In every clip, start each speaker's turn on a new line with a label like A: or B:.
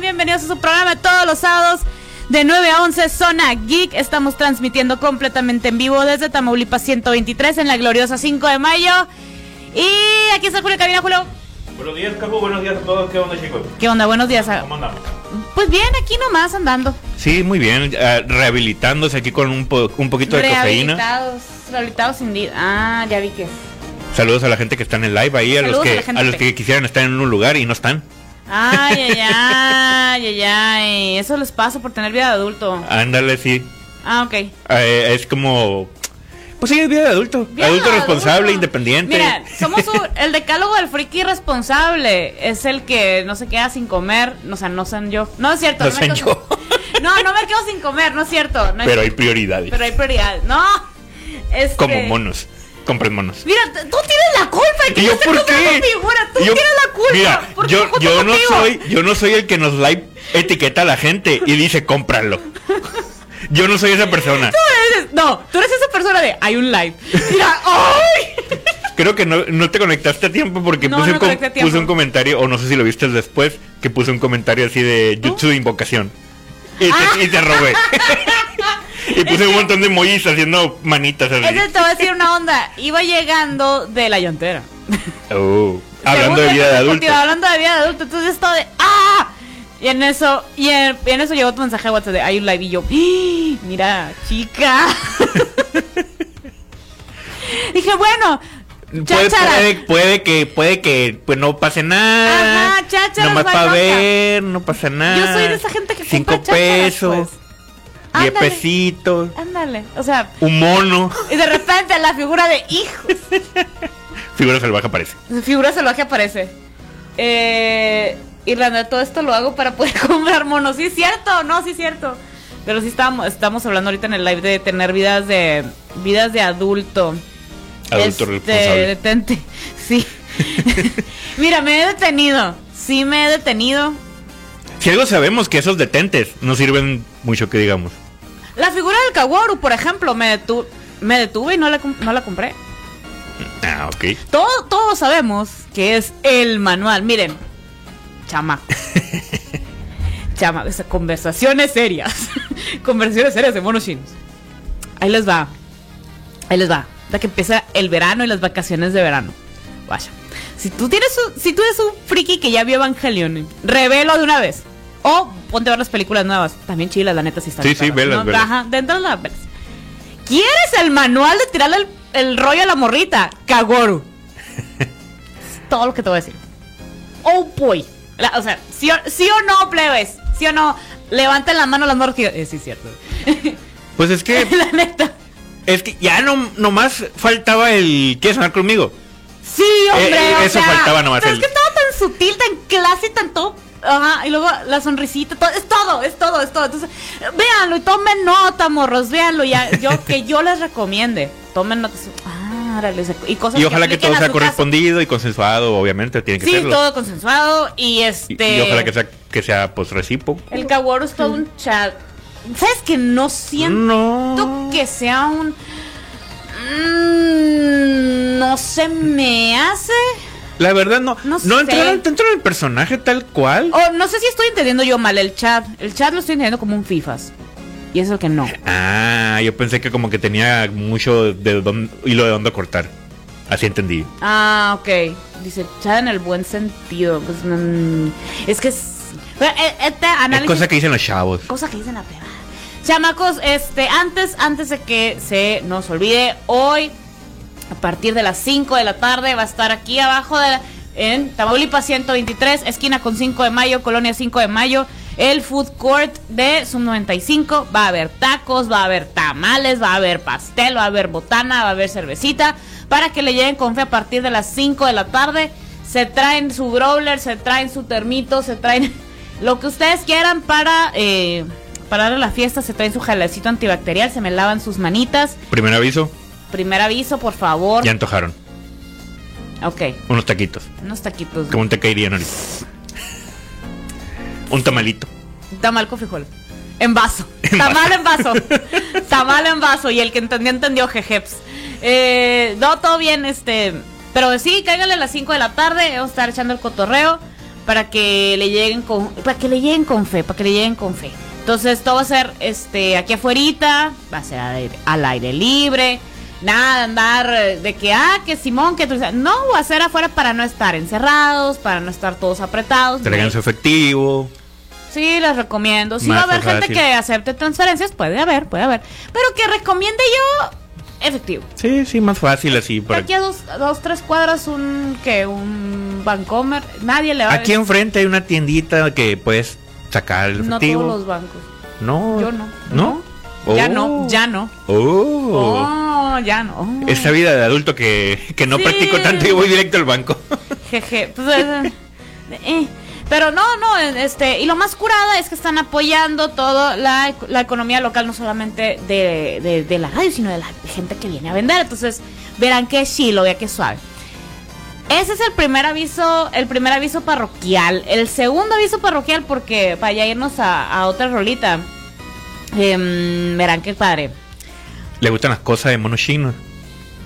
A: bienvenidos a su programa todos los sábados de 9 a 11, Zona Geek. Estamos transmitiendo completamente en vivo desde Tamaulipas 123 en la gloriosa 5 de mayo. Y aquí está Julio Cabina, Julio.
B: Buenos días, Capu. Buenos días a todos. ¿Qué onda, chicos?
A: ¿Qué onda? Buenos días. Ah,
B: ¿Cómo andamos?
A: Pues bien, aquí nomás andando.
C: Sí, muy bien. eh, rehabilitándose aquí con un, po- un poquito de cafeína.
A: Rehabilitados, rehabilitados sin di- Ah, ya vi que es.
C: Saludos a la gente que está en el live ahí, a los,
A: Saludos a
C: que,
A: la gente
C: a los que
A: que-
C: quisieran estar en un lugar y no están.
A: Ay, ay, ay, ay, ay. Eso les pasa por tener vida de adulto.
C: Ándale, sí.
A: Ah, ok.
C: Eh, es como. Pues sí, es vida de adulto.
A: Bien,
C: adulto responsable,
A: adulto.
C: independiente.
A: Mira, somos un- el decálogo del friki responsable. Es el que no se queda sin comer. O sea, no sean yo. No es cierto.
C: No
A: me
C: sean
A: quedo- No, no me quedo sin comer, no es cierto. No es-
C: Pero hay prioridades.
A: pero hay prioridad. No. Este-
C: Como monos. Compren monos.
A: Mira, t- tú tienes la culpa de que
C: ¿Y
A: yo
C: yo
A: esté
C: por qué?
A: comiendo figura. Tú
C: Yo-
A: tienes la culpa.
C: Mira,
A: ¿Por qué
C: yo,
A: junto
C: yo no
A: contigo?
C: soy, yo no soy el que nos live etiqueta a la gente y dice cómpralo. Yo no soy esa persona.
A: Tú eres- No, tú eres esa persona de hay un live. Mira, ¡ay!
C: Creo que no, no te conectaste a tiempo porque
A: No,
C: puse,
A: no
C: un com-
A: conecté a tiempo.
C: puse un comentario, o no sé si lo viste después, que puse un comentario así de Jutsu de invocación. Y te,
A: Ah.
C: y te robé. y puse un montón de emojis haciendo manitas así.
A: Ese te voy a decir una onda. Iba llegando de la llantera.
C: Oh,
A: Según
C: hablando de
A: el
C: vida de adulto.
A: ejecutivo, Hablando de vida de adulto. Entonces esto de ¡Ah! Y en eso, y en, y en eso llegó tu mensaje de WhatsApp de hay un live y yo. "Ah, Mira, chica. Dije, bueno,
C: Puede,
A: cháchara.
C: puede, puede que puede que pues no pase nada.
A: Ajá, chácharas,
C: Nomás
A: no hay
C: para
A: bronca.
C: ver, no pasa nada.
A: Yo soy de esa gente que
C: ah, Cinco
A: compra chácharas,
C: pesos,
A: pues.
C: diez
A: Ándale.
C: pesitos,
A: Ándale. O sea,
C: un mono.
A: y de repente la figura de hijo.
C: Figura salvaje aparece.
A: Figura salvaje aparece. Eh, Irlanda, todo esto lo hago para poder comprar monos. Sí, es cierto, no, sí, es cierto. Pero sí estábamos, estamos hablando ahorita en el live de tener vidas de vidas de adulto.
C: Adulto
A: Este,
C: responsable.
A: Detente. Sí. Mira, me he detenido. Sí, me he detenido.
C: Si algo sabemos que esos detentes no sirven mucho que digamos.
A: La figura del Kaworu, por ejemplo, me, detu- me detuve y no la, com- no la compré.
C: Ah, ok.
A: Todo, todos sabemos que es el manual. Miren, chama. chama, o sea, conversaciones serias. conversaciones serias de monos chinos. Ahí les va. Ahí les va. Ya que empieza el verano y las vacaciones de verano. Vaya. Si tú tienes un, si tú eres un friki que ya vio Evangelion, revelo de una vez. O ponte a ver las películas nuevas. También chilas, la neta, si están
C: Sí, sí,
A: caras,
C: velas, velas.
A: Ajá, de entrada las velas. ¿Quieres el manual de tirarle el, el rollo a la morrita? Kagoru. Es todo lo que te voy a decir. Oh boy. La- o sea, sí o, sí o no, plebes. Sí o no. Levanten la mano las morras. que- Eh, sí, es cierto.
C: Pues es que
A: la neta.
C: es que ya no nomás faltaba el ¿Quieres sonar conmigo?
A: Sí,
C: Eh,
A: hombre.
C: eh,
A: o
C: eso
A: sea,
C: faltaba nomás
A: Pero
C: el-
A: es que estaba tan sutil, tan clase, y tan todo. Ajá, y luego la sonrisita, todo, es todo, es todo, es todo. Entonces, eh, véanlo y tomen nota, morros, véanlo. Ya, yo, que yo les recomiende. Tomen nota. Ah, órale, o sea, y cosas
C: Y ojalá que
A: apliquen
C: todo
A: a
C: sea
A: su caso.
C: correspondido y consensuado, obviamente, tiene que
A: Sí,
C: serlo.
A: todo consensuado y
C: Y-
A: este.
C: Y, ojalá que sea Mm. que sea pues recíproco.
A: El Kaworu es todo un chat. ¿Sabes que no siento
C: No.
A: que sea un. Mm, no se me hace.
C: La verdad no.
A: No
C: No,
A: sé. Oh.
C: entraron dentro del personaje tal cual.
A: O no sé si estoy entendiendo yo mal el chat. El chat lo estoy entendiendo como un FIFAs. Y eso que no.
C: Ah, yo pensé que como que tenía mucho de dónde- hilo de dónde cortar. Así entendí.
A: Ah, ok. Dice chat en el buen sentido. Pues, mm, es que. es- Pero, eh, este
C: Es
A: análisis.
C: cosa que dicen los chavos.
A: Cosa que dicen la peba. Chamacos, este, antes, antes de que se nos olvide, hoy, a partir de las 5 de la tarde, va a estar aquí abajo de la- en Tamaulipas 123, esquina con 5 de mayo, colonia 5 de mayo, el food court de Sub 95. Va a haber tacos, va a haber tamales, va a haber pastel, va a haber botana, va a haber cervecita, para que le lleguen con fe a partir de las 5 de la tarde. Se traen su growler, se traen su termito, se traen lo que ustedes quieran para eh, para darle la fiesta, se traen su jalecito antibacterial, se me lavan sus manitas.
C: Primer aviso,
A: Primer aviso, por favor.
C: ya antojaron.
A: Ok,
C: Unos taquitos.
A: unos taquitos.
C: Como un te caerían ahorita. Un tamalito.
A: Tamal con frijol. En vaso.
C: En
A: Tamal en vaso. Tamal en vaso. Y el que entendió, entendió, jejeps. Eh, no, todo bien, este. Pero sí, cáigale a las 5 de la tarde. Vamos a estar echando el cotorreo. para que le lleguen con para que le lleguen con fe, para que le lleguen con fe. Entonces todo va a ser este aquí afuerita, va a ser al aire, al aire libre, nada de andar eh, de que ah, que Simón, que tú no, va a ser afuera para no estar encerrados, para no estar todos apretados.
C: Traigan su efectivo.
A: Sí, les recomiendo. Si va a
C: Más
A: haber gente
C: fácil.
A: que acepte transferencias, puede haber, puede haber. Pero que recomiende yo efectivo.
C: Sí, sí, más fácil así.
A: De
C: para-
A: Aquí a dos, a dos, tres cuadras, un que un Bancomer, nadie le va
C: Aquí enfrente hay una tiendita que puedes sacar el
A: No
C: efectivo.
A: todos los bancos.
C: No.
A: Yo no.
C: ¿No?
A: Ya
C: Oh.
A: no, ya no.
C: Oh.
A: Oh, ya no.
C: Esa vida de adulto que, que no
A: Sí.
C: practico tanto y voy directo al banco.
A: Jeje. pues, eh, eh. Pero no, no, este, y lo más curada es que están apoyando toda la, ec- la economía local, no solamente de, de- de la radio, sino de la gente que viene a vender. Entonces, verán qué chilo, vean qué suave. Ese es el primer aviso, el primer aviso parroquial. El segundo aviso parroquial, porque para ya irnos a, a otra rolita, em, verán qué padre.
C: Le gustan las cosas de mono chino.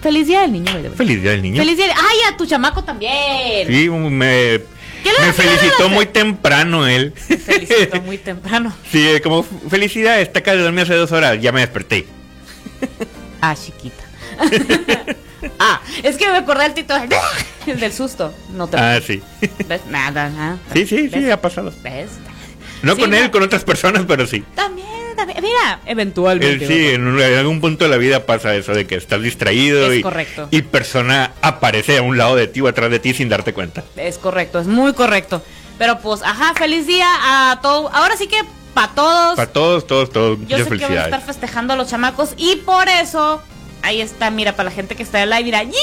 A: Feliz día del niño, by the way.
C: Feliz día del niño.
A: Feliz día. del- ¡Ay, a tu chamaco también!
C: Sí, me,
A: ¿Qué le-
C: me
A: qué le
C: felicitó
A: hace?
C: muy temprano él.
A: Felicito muy temprano.
C: Sí, eh, como f- felicidad, está acá de dormir hace dos horas, ya me desperté.
A: Ah, chiquita. ah, es que me acordé del tito el del susto. No te
C: Ah, sí.
A: ves nada, nada.
C: Sí, sí, sí,
A: ¿Ves?
C: ha pasado.
A: ¿Ves?
C: No
A: Sí,
C: con
A: no.
C: él, con otras personas, pero sí.
A: También, también. Mira,
C: Él
A: eventualmente.
C: sí,
A: ¿verdad?
C: en, un- en algún punto de la vida pasa eso de que estás distraído
A: Es
C: y,
A: correcto.
C: y persona aparece a un lado de ti o atrás de ti sin darte cuenta.
A: Es correcto, es muy correcto. Pero pues, ajá, feliz día a todos. Ahora sí que para todos.
C: Para todos, todos, todos,
A: Yo
C: muchas
A: sé que van a estar
C: felicidades.
A: festejando a los chamacos y por eso, ahí está, mira, para la gente que está en live, mira, ¡yi!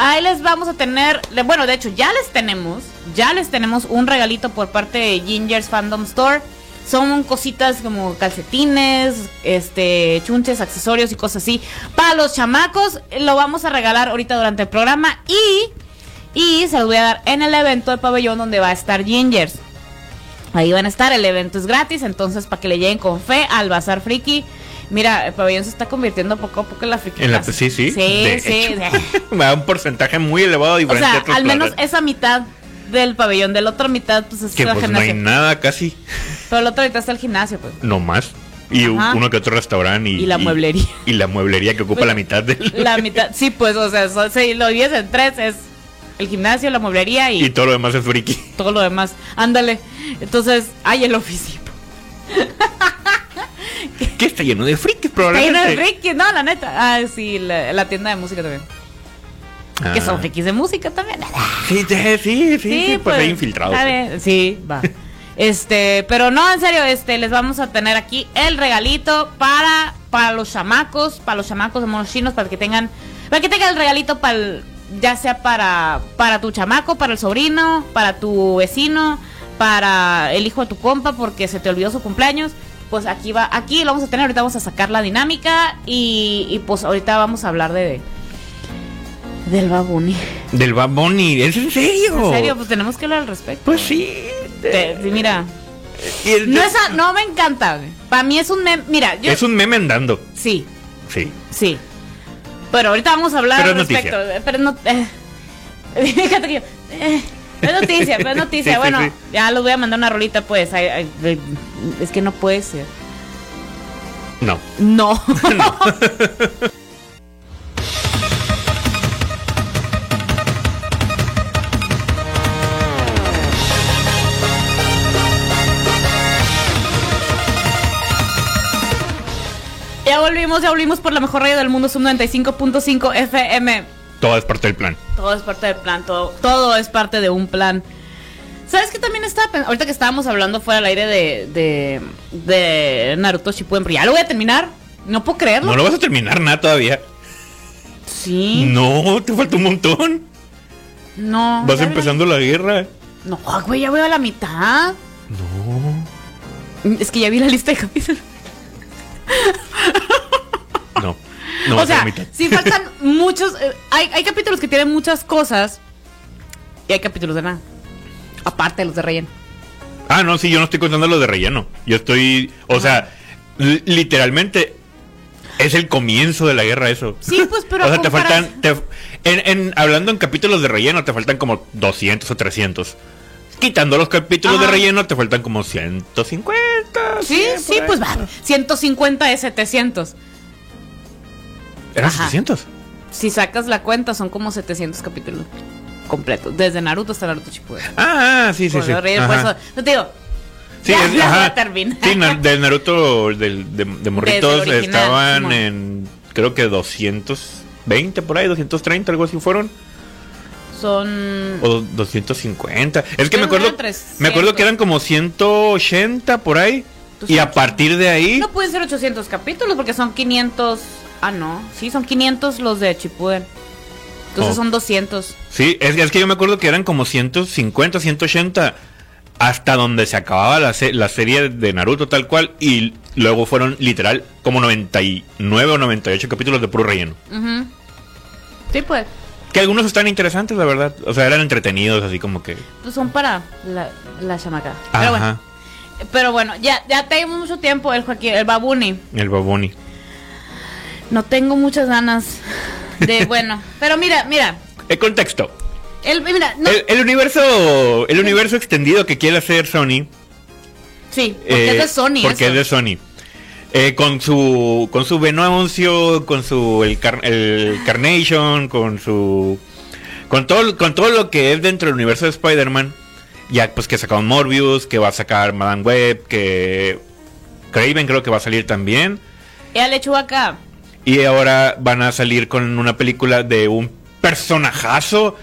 A: Ahí les vamos a tener, le- bueno, de hecho ya les tenemos, ya les tenemos un regalito por parte de Ginger's Fandom Store. Son cositas como calcetines, este, chunches, accesorios y cosas así. Para los chamacos lo vamos a regalar ahorita durante el programa y y se los voy a dar en el evento del pabellón donde va a estar Gingers. Ahí van a estar, el evento es gratis, entonces para que le lleguen con fe al Bazar Friki. Mira, el pabellón se está convirtiendo poco a poco en la friki.
C: En la,
A: casa.
C: sí, sí.
A: Sí,
C: de
A: sí.
C: hecho. Me da un porcentaje muy elevado
A: o
C: diferente a
A: sea,
C: otros
A: al menos
C: planes.
A: esa mitad del pabellón, de la otra mitad pues es
C: Que
A: la
C: pues no hay
A: gimnasia.
C: nada casi,
A: Pero la otra mitad está el gimnasio, pues.
C: no más. Y u-
A: Ajá.
C: uno que otro restaurante. Y,
A: Y la mueblería.
C: Y la mueblería que ocupa
A: Pues,
C: la mitad del...
A: La mitad, sí, pues, o sea, so- si lo divides en tres es el gimnasio, la mueblería
C: Y todo lo demás es friki.
A: todo lo demás. Ándale. Entonces, hay el oficio.
C: Que está lleno de frikis,
A: Ahí no
C: probablemente.
A: es friki, no, la neta. Ah, sí, la, la tienda de música también.
C: Ah.
A: Que son frikis de música también.
C: Sí, sí, sí, sí, sí, pues hay infiltrados.
A: está
C: sí.
A: bien, Sí, va. Este, pero no, en serio, este, les vamos a tener aquí el regalito para, para los chamacos, para los chamacos de monos chinos, para que tengan, para que tengan el regalito para el- ya sea para, para tu chamaco, para el sobrino, para tu vecino, para el hijo de tu compa, porque se te olvidó su cumpleaños. Pues aquí va, aquí lo vamos a tener, ahorita vamos a sacar la dinámica y, y pues ahorita vamos a hablar de, de del babuni.
C: Del Bad Bunny, ¿es en serio?
A: En serio, pues tenemos que hablar al respecto.
C: Pues sí.
A: Te- sí, mira,
C: Y el-
A: no, es a- no me encanta. Para mí es un meme. Mira, yo.
C: Es un meme andando.
A: Sí,
C: Sí.
A: sí. Pero ahorita vamos a hablar
C: Pero
A: al
C: es noticia.
A: respecto. Eh, Pero no. eh, fíjate que yo. eh, es noticia, pero es noticia.
C: Sí, sí,
A: bueno,
C: sí.
A: ya los voy a mandar una rolita, pues. ay, ay, de- es que no puede ser.
C: No.
A: No. Ya volvimos, ya volvimos por la mejor radio del mundo, Sub 95.5 FM.
C: Todo es parte del plan.
A: Todo es parte del plan, todo, todo es parte de un plan. ¿Sabes qué también estaba pensando? Ahorita que estábamos hablando fuera del aire de, de, de Naruto Shippuden, pero ya lo voy a terminar. No puedo creerlo.
C: No lo vas a terminar nada todavía.
A: Sí.
C: No, te falta un montón.
A: No.
C: Vas
A: ya voy a-
C: empezando la guerra.
A: No, güey, ya voy a la mitad.
C: No.
A: Es que ya vi la lista de capítulos.
C: No. No
A: o
C: vas a
A: sea,
C: la mitad.
A: si faltan muchos. eh, hay, hay capítulos que tienen muchas cosas y hay capítulos de nada. Aparte de los de relleno.
C: Ah, no, sí, yo no estoy contando lo de relleno. Yo estoy. O sea, li- literalmente. Es el comienzo de la guerra eso.
A: Sí, pues, pero
C: o sea, te
A: comparas-
C: faltan. te- en, en- hablando en capítulos de relleno, te faltan como 200 o 300. Quitando los capítulos
A: Ajá.
C: de relleno, te faltan como 150.
A: Sí,
C: 100 por
A: sí,
C: ahí.
A: pues va. 150 de 700.
C: Eran
A: Ajá.
C: 700.
A: Si sacas la cuenta, son como 700 capítulos completos. Desde Naruto hasta Naruto Shippuden.
C: Ah, ah, sí, sí,
A: Por
C: sí.
A: lo rey,
C: Ajá.
A: por eso- no te digo.
C: Sí,
A: ya,
C: es-
A: ya
C: ajá.
A: la termina.
C: Sí, na- del Naruto, del, de, de
A: Desde
C: Morritos,
A: el original,
C: estaban
A: Simón.
C: en, creo que 220 por ahí, 230, algo así fueron.
A: Son.
C: O 250. Es que me
A: Creo que
C: acuerdo,
A: eran 300.
C: me acuerdo que eran como 180 por ahí. Y a
A: 280.
C: partir de ahí,
A: No pueden ser 800 capítulos porque son 500. Ah, no. Sí, son 500 los de Shippuden. Entonces
C: Oh.
A: son 200.
C: sí, es, es que yo me acuerdo que eran como 150, 180. Hasta donde se acababa la, se- la serie de Naruto tal cual. Y luego fueron literal como 99 o 98 capítulos de puro relleno.
A: Ujú. Sí, pues.
C: Que algunos están interesantes, la verdad. O sea, eran entretenidos, así como que.
A: Pues son para la, la chamaca.
C: Ajá,
A: Pero bueno, pero bueno, ya, ya tengo mucho tiempo el Joaquín, el Babuni.
C: el baboni.
A: No tengo muchas ganas de, bueno. Pero mira, mira.
C: El Eh, contexto.
A: El, mira, no-
C: El, el universo. El universo extendido que quiere hacer Sony.
A: sí, porque es
C: eh,
A: de Sony.
C: Porque
A: eso.
C: es de Sony. Eh, con su. Con su Venoncio, con su. El, car- el Carnation, con su. Con todo, con todo lo que es dentro del universo de Spider-Man. Ya, pues que sacaron Morbius, que va a sacar Madame Web, que. Craven creo que va a salir también.
A: Ya le echó acá.
C: Y ahora van a salir con una película de un personajazo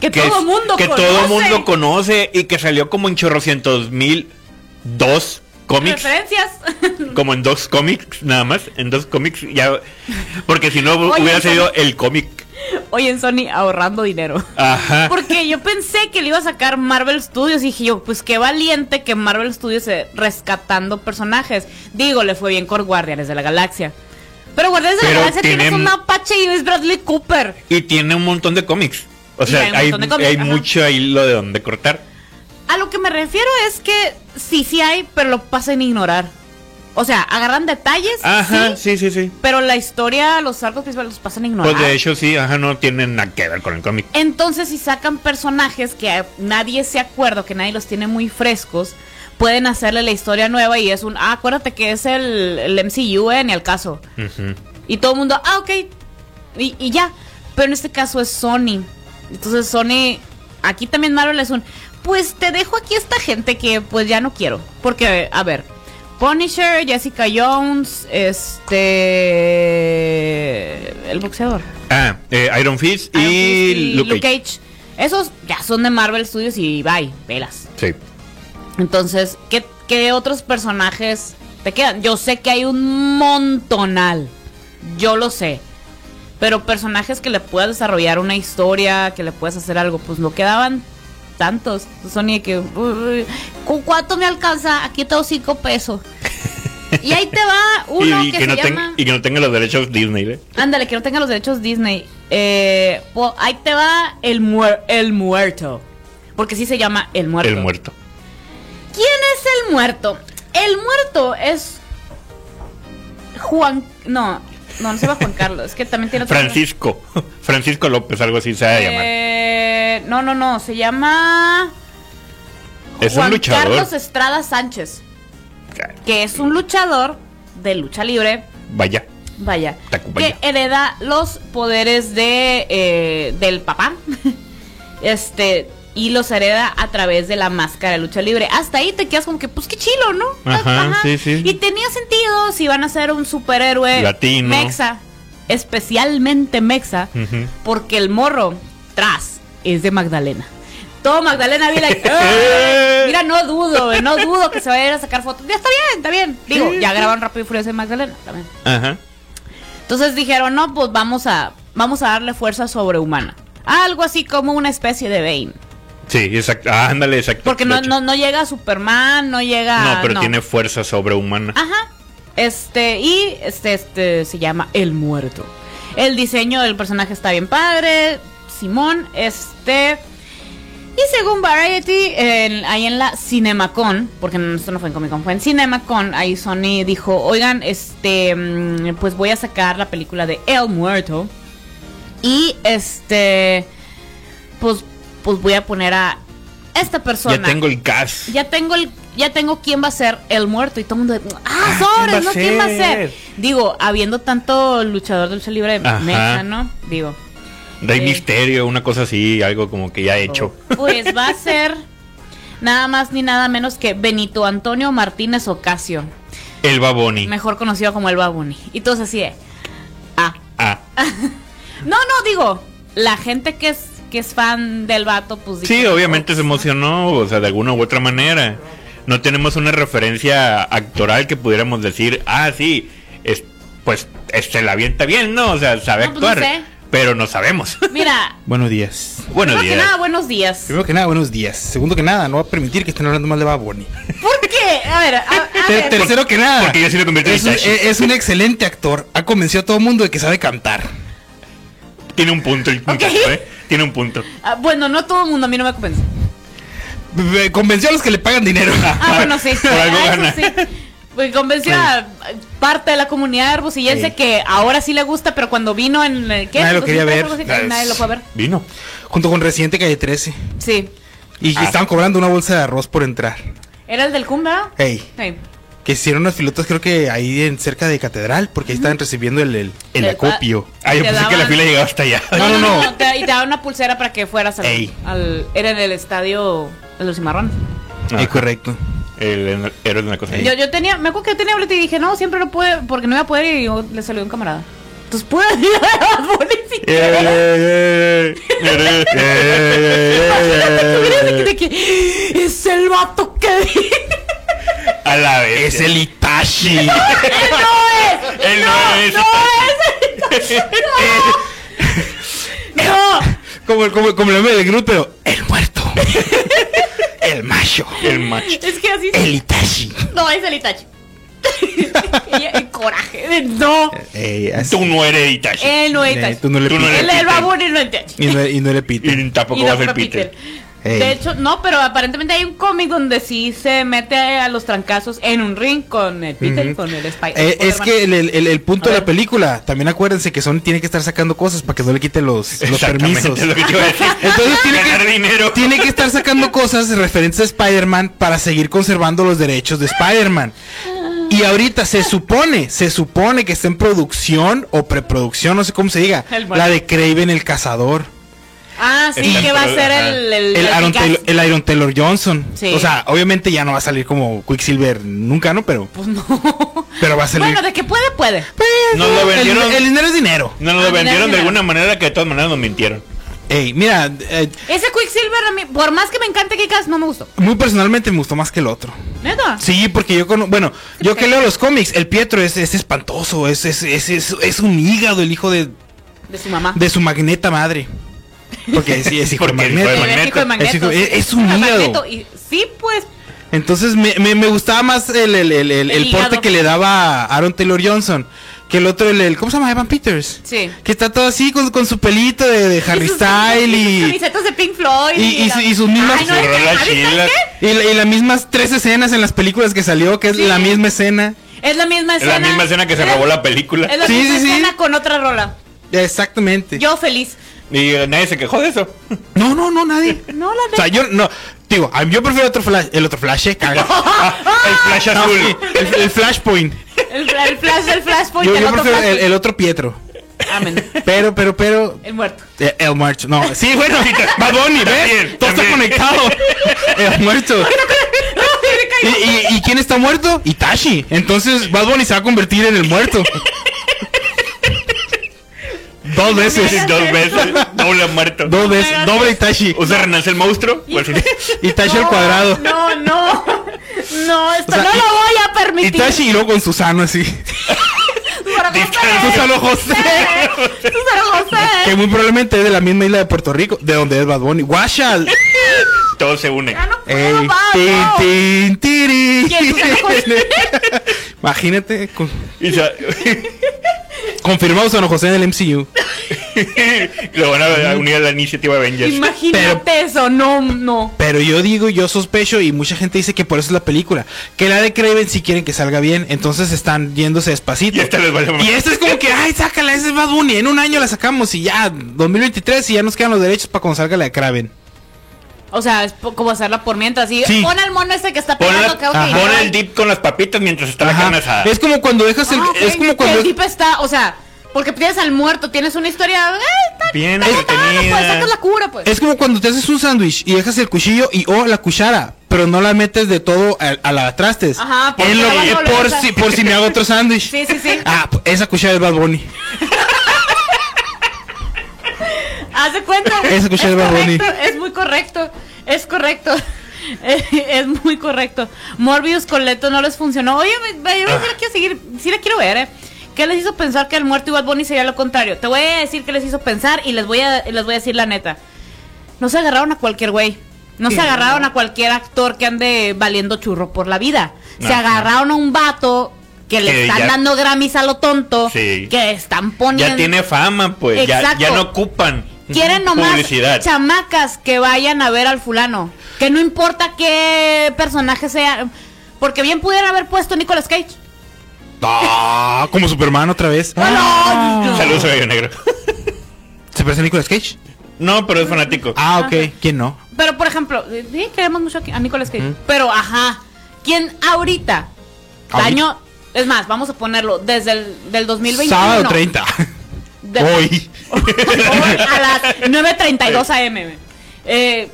A: Que, todo
C: es-
A: mundo
C: que
A: conoce.
C: todo mundo conoce y que salió como en chorrocientos mil dos cómics,
A: Referencias.
C: como en dos cómics nada más, en dos cómics ya porque si no
A: Oye,
C: hubiera
A: eso-
C: sido el cómic.
A: Oye, en Sony ahorrando dinero.
C: Ajá.
A: Porque yo pensé que le iba a sacar Marvel Studios y dije yo, pues qué valiente que Marvel Studios se rescatando personajes. Digo, le fue bien con Guardianes de la Galaxia. Pero Guardianes de la
C: Pero
A: Galaxia tienes
C: tienen-
A: un Apache y es Bradley Cooper.
C: Y tiene un montón de cómics. O
A: Y
C: sea,
A: hay un
C: hay,
A: montón de cómics,
C: hay
A: ajá.
C: mucho hilo de donde cortar.
A: A lo que me refiero es que sí, sí hay, pero lo pasan a ignorar. O sea, agarran detalles,
C: Ajá,
A: sí,
C: sí, sí, sí.
A: pero la historia, los arcos principales los pasan a ignorar.
C: Pues de hecho sí, ajá, no tienen nada que ver con el cómic.
A: Entonces, si sacan personajes que a nadie se acuerda, que nadie los tiene muy frescos, pueden hacerle la historia nueva y es un, ah, acuérdate que es el, el MCU, eh, ni al caso.
C: Ujú.
A: Y todo el mundo, ah, ok, y, y ya. Pero en este caso es Sony. Entonces, Sony, aquí también Marvel es un, pues te dejo aquí esta gente que pues ya no quiero. Porque, a ver, Punisher, Jessica Jones, este... El boxeador
C: Ah, eh, Iron Fist y, Luke, Cage.
A: esos ya son de Marvel Studios y bye, velas.
C: Sí.
A: Entonces, ¿qué, qué otros personajes te quedan? Yo sé que hay un montonal. Yo lo sé. Pero personajes que le puedas desarrollar una historia, que le puedas hacer algo, pues no quedaban tantos. Sony de que, "Uy, ¿con cuánto me alcanza? Aquí tengo cinco pesos. Y ahí te va uno
C: y, y
A: que,
C: que
A: se
C: no ten-
A: llama...
C: y que no tenga los derechos Disney, ¿eh?
A: Ándale, que no tenga los derechos Disney. Eh, po- ahí te va el, muer- el muerto. Porque sí se llama el muerto.
C: El muerto.
A: ¿Quién es el muerto? El muerto es Juan... No, no, no se llama Juan Carlos. Es que también tiene otro nombre.
C: Francisco. Francisco López, algo así se va a llamar.
A: Eh, no, no, no. Se llama...
C: Es
A: Juan
C: un luchador.
A: Carlos Estrada Sánchez. Que es un luchador de lucha libre.
C: Vaya.
A: Vaya.
C: Tacubaya.
A: Que hereda los poderes de eh, del papá. Este. Y los hereda a través de la máscara de lucha libre. Hasta ahí te quedas como que, pues qué chilo, ¿no?
C: Ajá, sí, sí.
A: Y tenía sentido si van a ser un superhéroe
C: Latino.
A: mexa. Especialmente mexa.
C: Ujú.
A: Porque el morro, tras, es de Magdalena. Todo Magdalena Vila. y, ¡eh! Mira, no dudo, eh, no dudo que se vaya a ir a sacar fotos. Ya está bien, está bien. Digo,
C: Sí,
A: ya
C: sí.
A: graban Rápido y Furioso en Magdalena también.
C: Ajá.
A: Entonces dijeron, no, pues vamos a, vamos a darle fuerza sobrehumana. Algo así como una especie de Bane.
C: Sí, exacto. Ah, ándale, exacto.
A: Porque
C: de
A: no,
C: hecho.
A: no, no llega Superman, no Ah, llega...
C: No, pero tiene fuerza sobrehumana.
A: Ajá. Este, y este, este se llama El Muerto. El diseño del personaje está bien padre. Simón, este... Y según Variety, en- ahí en la Cinemacon, porque no, esto no fue en Comic Con, fue en Cinemacon, ahí Sony dijo, oigan, este, mm, pues voy a sacar la película de El Muerto. Y este, pues, pues voy a poner a esta persona.
C: Ya tengo el gas.
A: ya tengo el ya tengo quién va a ser el muerto y todo el mundo ah
C: Ah,
A: sobres
C: ¿quién va
A: no
C: a
A: quién va a
C: ser?
A: ser digo habiendo tanto luchador del lucha libre
C: Ajá.
A: mexicano digo
C: Rey
A: Eh.
C: Misterio, una cosa así, algo como que ya he hecho.
A: pues va a ser nada más ni nada menos que Benito Antonio Martínez Ocasio
C: El Baboni.
A: mejor conocido como el Babuni y todos así de, ah
C: Ah.
A: no no digo la gente que es que es fan del vato pues dijo,
C: Sí, obviamente se
A: "Oh,
C: emocionó, o sea, de alguna u otra manera. No tenemos una referencia actoral que pudiéramos decir, ah, sí, es- pues es- se la avienta bien, ¿no? O sea, sabe
A: No, pues, no
C: actuar,
A: sé.
C: pero no sabemos.
A: mira
D: Buenos días.
C: Buenos
A: primero que
C: días.
A: nada buenos días
D: Primero que nada, buenos días. Segundo que nada, no va a permitir que estén hablando mal de Bad Bunny.
A: ¿por qué? a ver a, a
D: Ter-
A: ver.
D: tercero que nada,
C: Porque yo sí lo convierto en
D: es un,
C: Itachi.
D: e- es un excelente actor. Ha convencido a todo el mundo de que sabe cantar.
C: Tiene un punto el muchacho, ¿eh? Tiene un punto.
A: Ah, bueno no todo el mundo a mí no me convence
D: B- b- Convenció a los que le pagan dinero.
A: Ah, bueno, sí.
C: Por algo
A: Ah, eso
C: gana.
A: sí. Pues convenció a parte de la comunidad hermosillense
D: Sí.
A: que ahora sí le gusta, pero cuando vino en el- ¿qué?
D: Nadie lo quería
A: 2003,
D: ver.
A: algo así,
D: Nadie-
A: Nadie lo fue a ver.
C: Vino.
D: Junto con Residente Calle 13.
A: Sí.
D: Y, y
C: Ah.
D: estaban cobrando una bolsa de arroz por entrar.
A: Era el del Cumba.
D: Ey,
A: Sí.
D: que hicieron unas filotas creo que ahí en cerca de Catedral, porque ahí estaban recibiendo el, el, el
A: El pa-
D: acopio.
C: Ah, yo
A: Te
C: pensé que la
A: daban-
C: fila llegaba hasta allá.
D: No, no, no.
A: te- y te daban una pulsera para que fueras al,
D: Ey.
A: al- Era en el estadio de los cimarrones.
C: Ajá.
D: Eh, correcto.
C: El héroe de una cosa.
A: Yo, yo tenía, me acuerdo que tenía boleto y dije, no, siempre no pude, porque no iba a poder y yo- le salió un camarada. Entonces pude ir a Bad Bunny sin querer. Imagínate que hubiera de que- de que, Es el vato que vi".
C: A la vez.
D: Es el Itachi.
A: ¡Él no es!
C: Él no es.
A: ¡No es! ¡No!
D: como, como, como el meme del Groot, pero el muerto. el macho.
C: El macho.
A: Es que así.
D: El Itachi.
A: No, es el Itachi. Ella- el coraje. de, No.
D: Ey, así.
C: Tú no eres Itachi.
A: Él no es
D: Eh,
A: Itachi.
D: tú no le
C: Tú no
D: pites.
A: Él
C: eres
A: es el
C: Peter.
A: babón y no es Itachi.
D: Y no, y no le pite.
C: Y tampoco
A: Y
C: va a
A: no
C: ser
A: fue
C: Peter.
D: Ey.
A: De hecho, no, pero aparentemente hay un cómic donde sí se mete a los trancazos en un ring con el Peter y
D: Ujú.
A: con el Spider.
D: Eh, es que el, el- el- el punto
A: A
D: de
A: ver.
D: la película, también acuérdense que Sony tiene que estar sacando cosas para que no le quiten los, los
C: Exactamente,
D: permisos.
C: es lo que te iba a decir.
D: Entonces tiene
C: Ganar
D: que,
C: dinero.
D: tiene que estar sacando cosas referentes a Spider-Man para seguir conservando los derechos de Spider-Man. Y ahorita se supone, se supone que está en producción o preproducción, no sé cómo se diga,
A: El bueno.
D: la de Craven el Cazador.
A: Ah, sí,
C: Está en
A: que va a
C: pro-
A: ser
C: ajá.
A: el. El,
D: El, Aaron
A: Gas-
D: Taylor, eh, el Iron Taylor Johnson.
A: Sí.
D: O sea, obviamente ya no va a salir como Quicksilver nunca, ¿no? Pero,
A: Pues no.
D: pero va a salir.
A: Bueno, de que puede, puede.
C: Nos lo
D: El-
C: vendieron.
D: el dinero es dinero.
C: No nos
A: Ah,
C: lo
A: mira,
C: vendieron de
A: mira.
C: alguna manera que de todas maneras nos mintieron.
D: Ey, mira, eh,
A: Ese Quicksilver, a mí, por más que me encante Kikas, no me gustó.
D: muy personalmente me gustó más que el otro.
A: ¿Neta?
D: Sí, porque yo con, bueno, yo que leo los cómics, el Pietro es, es espantoso, es, es, es, es, es un hígado el hijo de,
A: De su mamá.
D: de su magneta madre. Porque sí, es hijo de
C: Porque es hijo de
D: magneta.
A: Era
C: Magneto.
A: hijo de Magneto.
D: Es hijo- es- es un
A: Era
D: hígado.
A: Magneto y- sí, pues.
D: Entonces me, me- me gustaba más el, el, el, el-
A: El
D: el porte
A: hígado.
D: que le daba Aaron Taylor Johnson que el otro, el, el- ¿cómo se llama? Evan Peters.
A: Sí.
D: Que está todo así con, con su pelito de, de Harry
A: Y sus-
D: Style
A: y. sus
D: y,
A: camisetas de Pink Floyd.
D: y- y su- y sus mismas-
A: Ay, no, es
C: Su
A: que-
C: rola
A: ¿sabes
C: chila.
A: qué?
D: y, la- y las mismas tres escenas en las películas que salió, que es
A: Sí.
D: la misma escena.
A: Es la misma
C: Es
A: escena.
C: la misma escena que se
A: Es la-
C: robó la película.
A: Es la
D: Sí,
A: misma
D: sí, sí.
A: escena con otra rola.
D: Exactamente.
A: Yo feliz.
C: Y eh, nadie se quejó de eso.
D: No, no, no, nadie.
A: No, la
D: O sea, yo no. Digo, a- yo prefiero otro flash. El otro flash, eh, caga.
C: El flash
D: No,
C: azul.
D: sí, el, el flashpoint.
A: El, fla- el flash, el flashpoint,
D: Yo,
A: el
D: yo
A: otro
D: prefiero el,
A: flashpoint.
D: el otro Pietro.
A: Amén.
D: Pero, pero, pero.
A: El muerto.
D: eh, El muerto. No, sí, bueno. Bad
C: También,
D: Bunny, ¿ves? Todo está
C: también.
D: conectado. El muerto. ¿Y, y, y quién está muerto? Itachi. Entonces, Bad Bunny se va a convertir en el muerto. Dos veces.
A: Mira.
C: Dos veces. Doble muerto.
D: Dos veces. Doble Itachi.
C: ¿Usa renace el monstruo? Pues,
D: Itachi al cuadrado.
A: No, no. No, esto
D: O sea,
A: no
D: y-
A: lo voy a permitir.
D: Itachi y luego con Susano así.
A: Susana
C: Distancia.
D: Susano José.
A: José. Susana José.
D: Que muy probablemente es de la misma isla de Puerto Rico, de donde es Bad Bunny. ¡Guacha!
C: todo se une.
A: Ya Ah, no
D: Ey,
A: puedo, va,
D: tin,
A: no.
D: tin, tiri.
A: ¿Quién sacó este?
D: Imagínate, con-
C: Y sa-
D: confirmado San José en el MCU.
C: lo van a unir a la iniciativa Avengers.
A: Imagínate eso, no, no.
D: Pero yo digo, yo sospecho, y mucha gente dice que por eso es la película. Que la de Craven si quieren que salga bien, entonces están yéndose despacito.
C: Y esta les vale más.
D: Y esta es como que, ay, sácala, ese es Bad Bunny. En un año la sacamos y ya, 2023, y ya nos quedan los derechos para cuando salga la de Craven.
A: O sea, es po- como hacerla por mientras. Y
D: Sí.
A: pon al mono este que está
C: Pon, la-
A: pegando. creo que
C: Ajá.
A: no
C: Pon
A: hay-
C: el dip con las papitas mientras está la ah.
D: Ajá.
C: carne asada.
D: Es como cuando dejas el.
A: Ah, ok,
D: Es como
A: que
D: cuando.
A: El tipo está, o sea, porque tienes al muerto, tienes una historia. eh, está-
C: Bien
A: está contada, pues,
C: entretenida.
A: sacas la cura, pues.
D: Es como cuando te haces un sándwich y dejas el cuchillo y o la cuchara, pero no la metes de todo a, a la trastes.
A: Ajá, porque
D: porque
A: la vas a volver a
D: por,
A: usar.
D: si, por si me hago otro sándwich.
A: Sí, sí, sí.
D: Ah, pues, esa cuchara es Bad Bunny.
A: Haz de cuenta.
D: Ese cuchillo de Bad Bunny.
A: correcto, es muy correcto. Es correcto. Es, es muy correcto. Morbius con Leto no les funcionó. Oye, me, me-
C: Ah.
A: yo sí la quiero seguir, sí la quiero ver, eh. ¿Qué les hizo pensar que el muerto y Bad Bunny sería lo contrario? Te voy a decir qué les hizo pensar y les voy a, les voy a decir la neta. No se agarraron a cualquier güey. No se agarraron a cualquier actor que ande valiendo churro por la vida. Se
C: Ajá.
A: agarraron a un vato que le
C: Que
A: están
C: ya-
A: dando Grammys a lo tonto.
C: Sí.
A: Que están poniendo.
C: Ya tiene fama, pues. Ya,
A: Exacto.
C: ya no ocupan
A: Quieren nomás
C: publicidad.
A: chamacas que vayan a ver al fulano. Que no importa qué personaje sea. Porque bien pudieran haber puesto a Nicolas Cage.
D: Ah, como Superman otra vez.
A: Ah, no.
C: Saludos a Gallo Negro.
D: ¿Se parece a Nicolas Cage?
C: No, pero es fanático.
D: Ah, ok. ¿Quién no?
A: Pero por ejemplo, eh, sí, queremos mucho a Nicolas Cage. Pero ajá, ¿quién ahorita?
D: Ahorita.
A: Año. Es más, vamos a ponerlo desde el del 2021.
D: Sábado 30.
A: de-
D: Hoy.
A: Hoy a las 9.32 am. Eh,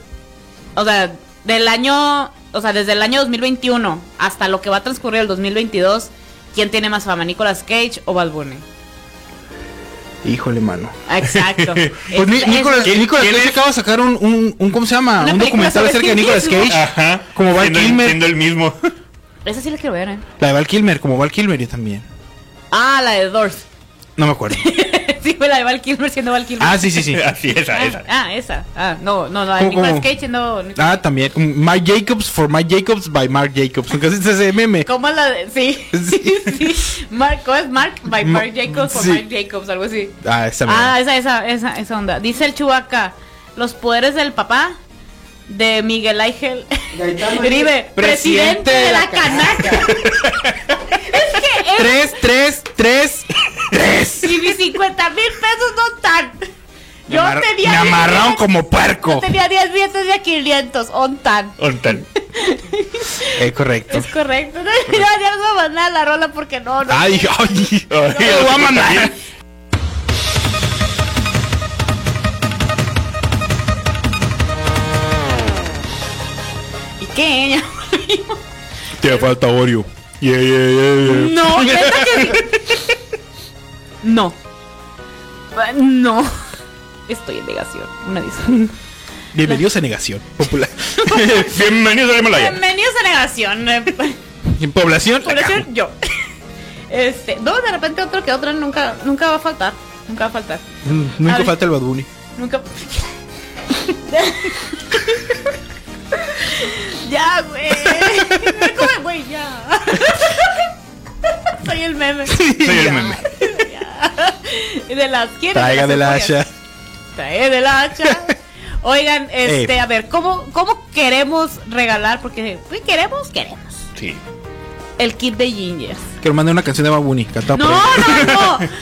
A: o sea, del año, o sea, desde el año 2021 hasta lo que va a transcurrir el 2022, ¿quién tiene más fama, Nicolas Cage o Bad Bunny?
D: Híjole, mano.
A: Exacto.
D: Pues Ni-
A: Es-
D: Nicolas,
A: es-
D: Nicolas
C: quién
D: Cage
C: es?
D: acaba de sacar un, un, un- ¿cómo se llama?
A: Una
D: un
A: película
D: documental
A: sobre
D: acerca
A: sí
D: de Nicolas
A: mismo.
D: Cage.
C: Ajá.
D: Como Val
C: siendo,
D: Kilmer.
C: siendo el mismo.
A: Esa sí la quiero ver, ¿eh?
D: La de Val Kilmer, como Val Kilmer yo también.
A: Ah, la de Doors.
D: No me acuerdo.
A: sí, fue la de Val Kilmer siendo Val Kilmer.
D: Ah, sí, sí, sí.
C: Así es,
A: Ah,
C: a esa.
A: ah, esa. Ah, no, no, la de
D: ¿Cómo,
A: Nicolas
D: cómo?
A: Cage siendo...
D: Ah, también. Mark Jacobs for Mark Jacobs by Mark Jacobs. Nunca se hace ese meme.
A: ¿Cómo es la de...? Sí, sí, sí. Mark, ¿cómo es Mark? By
D: Ma-
A: Mark Jacobs o
D: sí.
A: Mark Jacobs, algo así.
D: Ah, esa
A: Ah,
D: meme.
A: esa, esa, esa, esa onda. Dice el Chubaca, los poderes del papá de Miguel Ángel Uribe, presidente, de la canaca. es que
D: Tres, tres, tres.
A: es, y mis 50 mil pesos no tan.
D: Me
A: Yo
D: amar-
A: tenía
D: me
A: 10
D: amarraron
A: billetes-
D: como puerco.
A: yo tenía 10 billetes de 500, on tan.
C: Ontan.
D: Eh, correcto.
A: Es correcto. No, ya, ya no voy a mandar la rola porque no, no.
D: Ay, ay, ay,
C: Ay,
D: lo voy a mandar.
A: ¿Y qué?
D: Te falta Oreo. Yeah, yeah, yeah, yeah.
A: No, neta que sí. No. No. Estoy en negación. Una disculpa.
D: Bienvenidos a Negación. Popular.
C: Bienvenidos a Himalaya.
A: Bienvenidos a negación. eh,
D: Población.
A: Por eso yo. Este, no, de repente otro que otro nunca, nunca va a faltar. Nunca va a faltar.
D: Mm,
A: A
D: Nunca
A: ver.
D: falta el Bad Bunny.
A: Nunca. ya, güey. Me come, güey, ya. Soy el meme.
C: Soy el meme.
A: De las quién
D: Traiga de la hacha.
A: Trae del hacha. Oigan, este,
D: Eh.
A: a ver, ¿cómo, ¿cómo queremos regalar? Porque pues, queremos, queremos.
C: Sí.
A: El kit de Gingers.
D: Que nos mande una canción de Bad Bunny. Cantada
A: No,
D: por él.
A: no, no.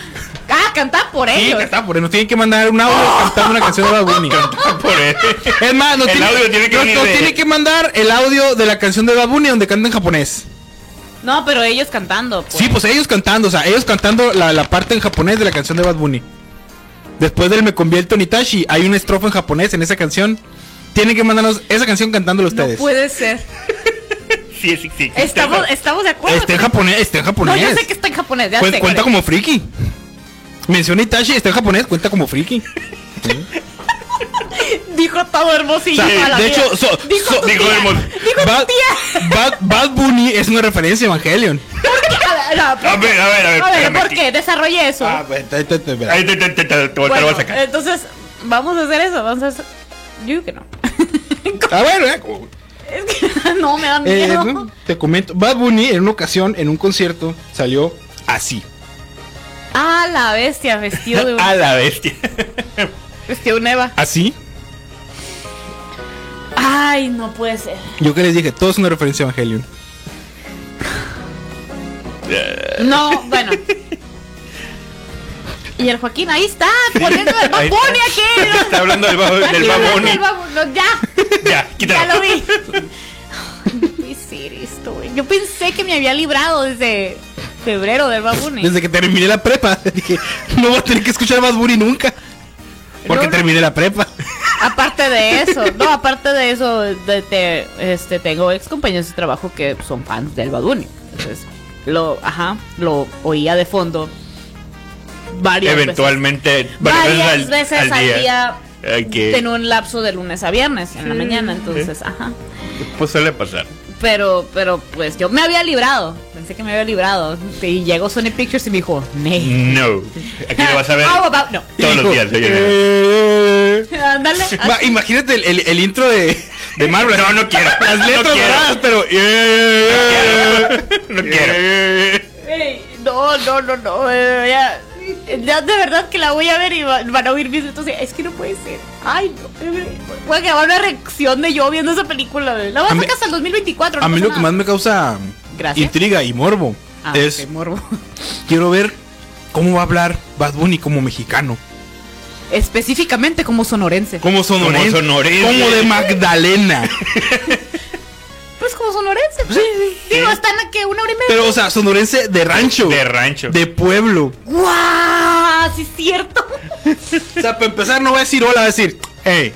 A: Ah, cantar por
D: pues. Sí,
A: ellos.
D: cantada por él. Nos tienen que mandar un audio cantando una canción de Bad Bunny.
C: Ah, Por él.
D: Es más, nos,
C: El
D: tiene,
C: audio tiene que
D: nos-
C: venir
D: nos
C: de-
D: tiene que mandar el audio de la canción de Bad Bunny donde canta en japonés.
A: No, pero ellos cantando. Pues.
D: Sí, pues ellos cantando, o sea, ellos cantando la, la parte en japonés de la canción de Bad Bunny. Después del Me convierto en Itachi, hay una estrofa en japonés en esa canción. Tienen que mandarnos esa canción cantándola
A: no
D: ustedes.
A: puede ser.
C: Sí, sí, sí.
A: Estamos, estamos de acuerdo.
D: Está este, en japonés, está en
A: no,
D: japonés.
A: yo sé que está en japonés. Ya
D: Cuen-
A: sé.
D: cuenta como friki. Menciona Itachi, está en japonés, cuenta como friki.
A: Dijo todo hermosillo.
D: O sea,
A: a la
D: de
A: vida.
D: hecho, so-
A: dijo
D: so-
A: tu
C: dijo
A: tía,
C: hermoso.
A: Dijo tu
D: Bad,
A: tía.
D: Bad- Bad Bunny es una referencia a Evangelion.
A: A ver, no,
C: A ver, a ver, a ver.
A: a ver,
C: espérame
A: ¿por
C: aquí.
A: qué? Desarrolle eso.
D: Ah, pues, te- te- te- verás.
C: Ahí te, te, te, te, te, te lo voy a
A: Bueno, eh,
C: sacar.
A: entonces, vamos a hacer eso. Vamos a hacer. Yo digo que no.
D: Ah, bueno, eh, como-
A: Es que no me dan
D: Eh,
A: miedo.
D: ¿no? te comento, Bad Bunny en una ocasión, en un concierto, salió así.
A: Ah, la bestia, vestido de un,
C: A la bestia.
A: vestido de un Eva.
D: ¿Así?
A: Ay, no puede ser.
D: Yo que les dije, todo es una referencia a Evangelion.
A: No, bueno. Y el Joaquín, ahí está, poniendo el
C: Ahí
A: baboni aquí.
C: Está hablando del, babo- del
A: Está hablando
C: baboni.
A: del babu- no, ya,
C: Ya, quítalo.
A: ya lo vi. Mis iris, tú, güey. Yo pensé que me había librado desde febrero del babuni.
D: Desde que terminé la prepa, dije, no voy a tener que escuchar más Buri nunca. Porque
A: No, no.
D: terminé la prepa.
A: Aparte de eso, no, aparte de eso, de- de- este, tengo ex compañeros de trabajo que son fans del Baduni. Entonces, lo, ajá, lo oía de fondo varias veces.
C: Eventualmente,
A: Varias veces al, día,
C: Ok.
A: en un lapso de lunes a viernes, en la mañana, entonces, ajá.
C: Pues suele pasar.
A: Pero, pero, pues yo me había librado, pensé que me había librado. Y llegó Sony Pictures y me dijo, "Nee".
C: No. Aquí lo vas a ver
A: How about- no.
C: todos los días. oye,
D: Eh,
A: Ándale,
D: ma-
A: así.
D: imagínate el, el- el intro de,
C: De Marvel, no, no quiero.
D: las
C: No
D: letras
C: quiero.
D: doradas, pero.
C: No quiero.
A: Ey, no, no, no, no. eh, Ya, ya de verdad que la voy a ver y va- van a oír mis gritos. y, Es que no puede ser. Ay, no. eh, Voy a grabar una reacción de yo viendo esa película. güey. La voy a
D: A mí-
A: sacar hasta el 2024. no
D: A mí
A: pasa
D: lo que
A: nada.
D: más me causa
A: Gracias.
D: intriga y morbo
A: Ah,
D: es.
A: qué morbo.
D: Quiero ver cómo va a hablar Bad Bunny como mexicano.
A: Específicamente como sonorense.
D: Como sonorense.
C: Como sonorense.
D: Como de Magdalena.
A: Pues como sonorense. pues. Digo, están aquí una hora y media.
D: Pero, o sea, sonorense de rancho.
C: De rancho.
D: De pueblo.
A: ¡Guau! Sí, es cierto.
D: O sea, para empezar, no va a decir hola, va a decir. Hey.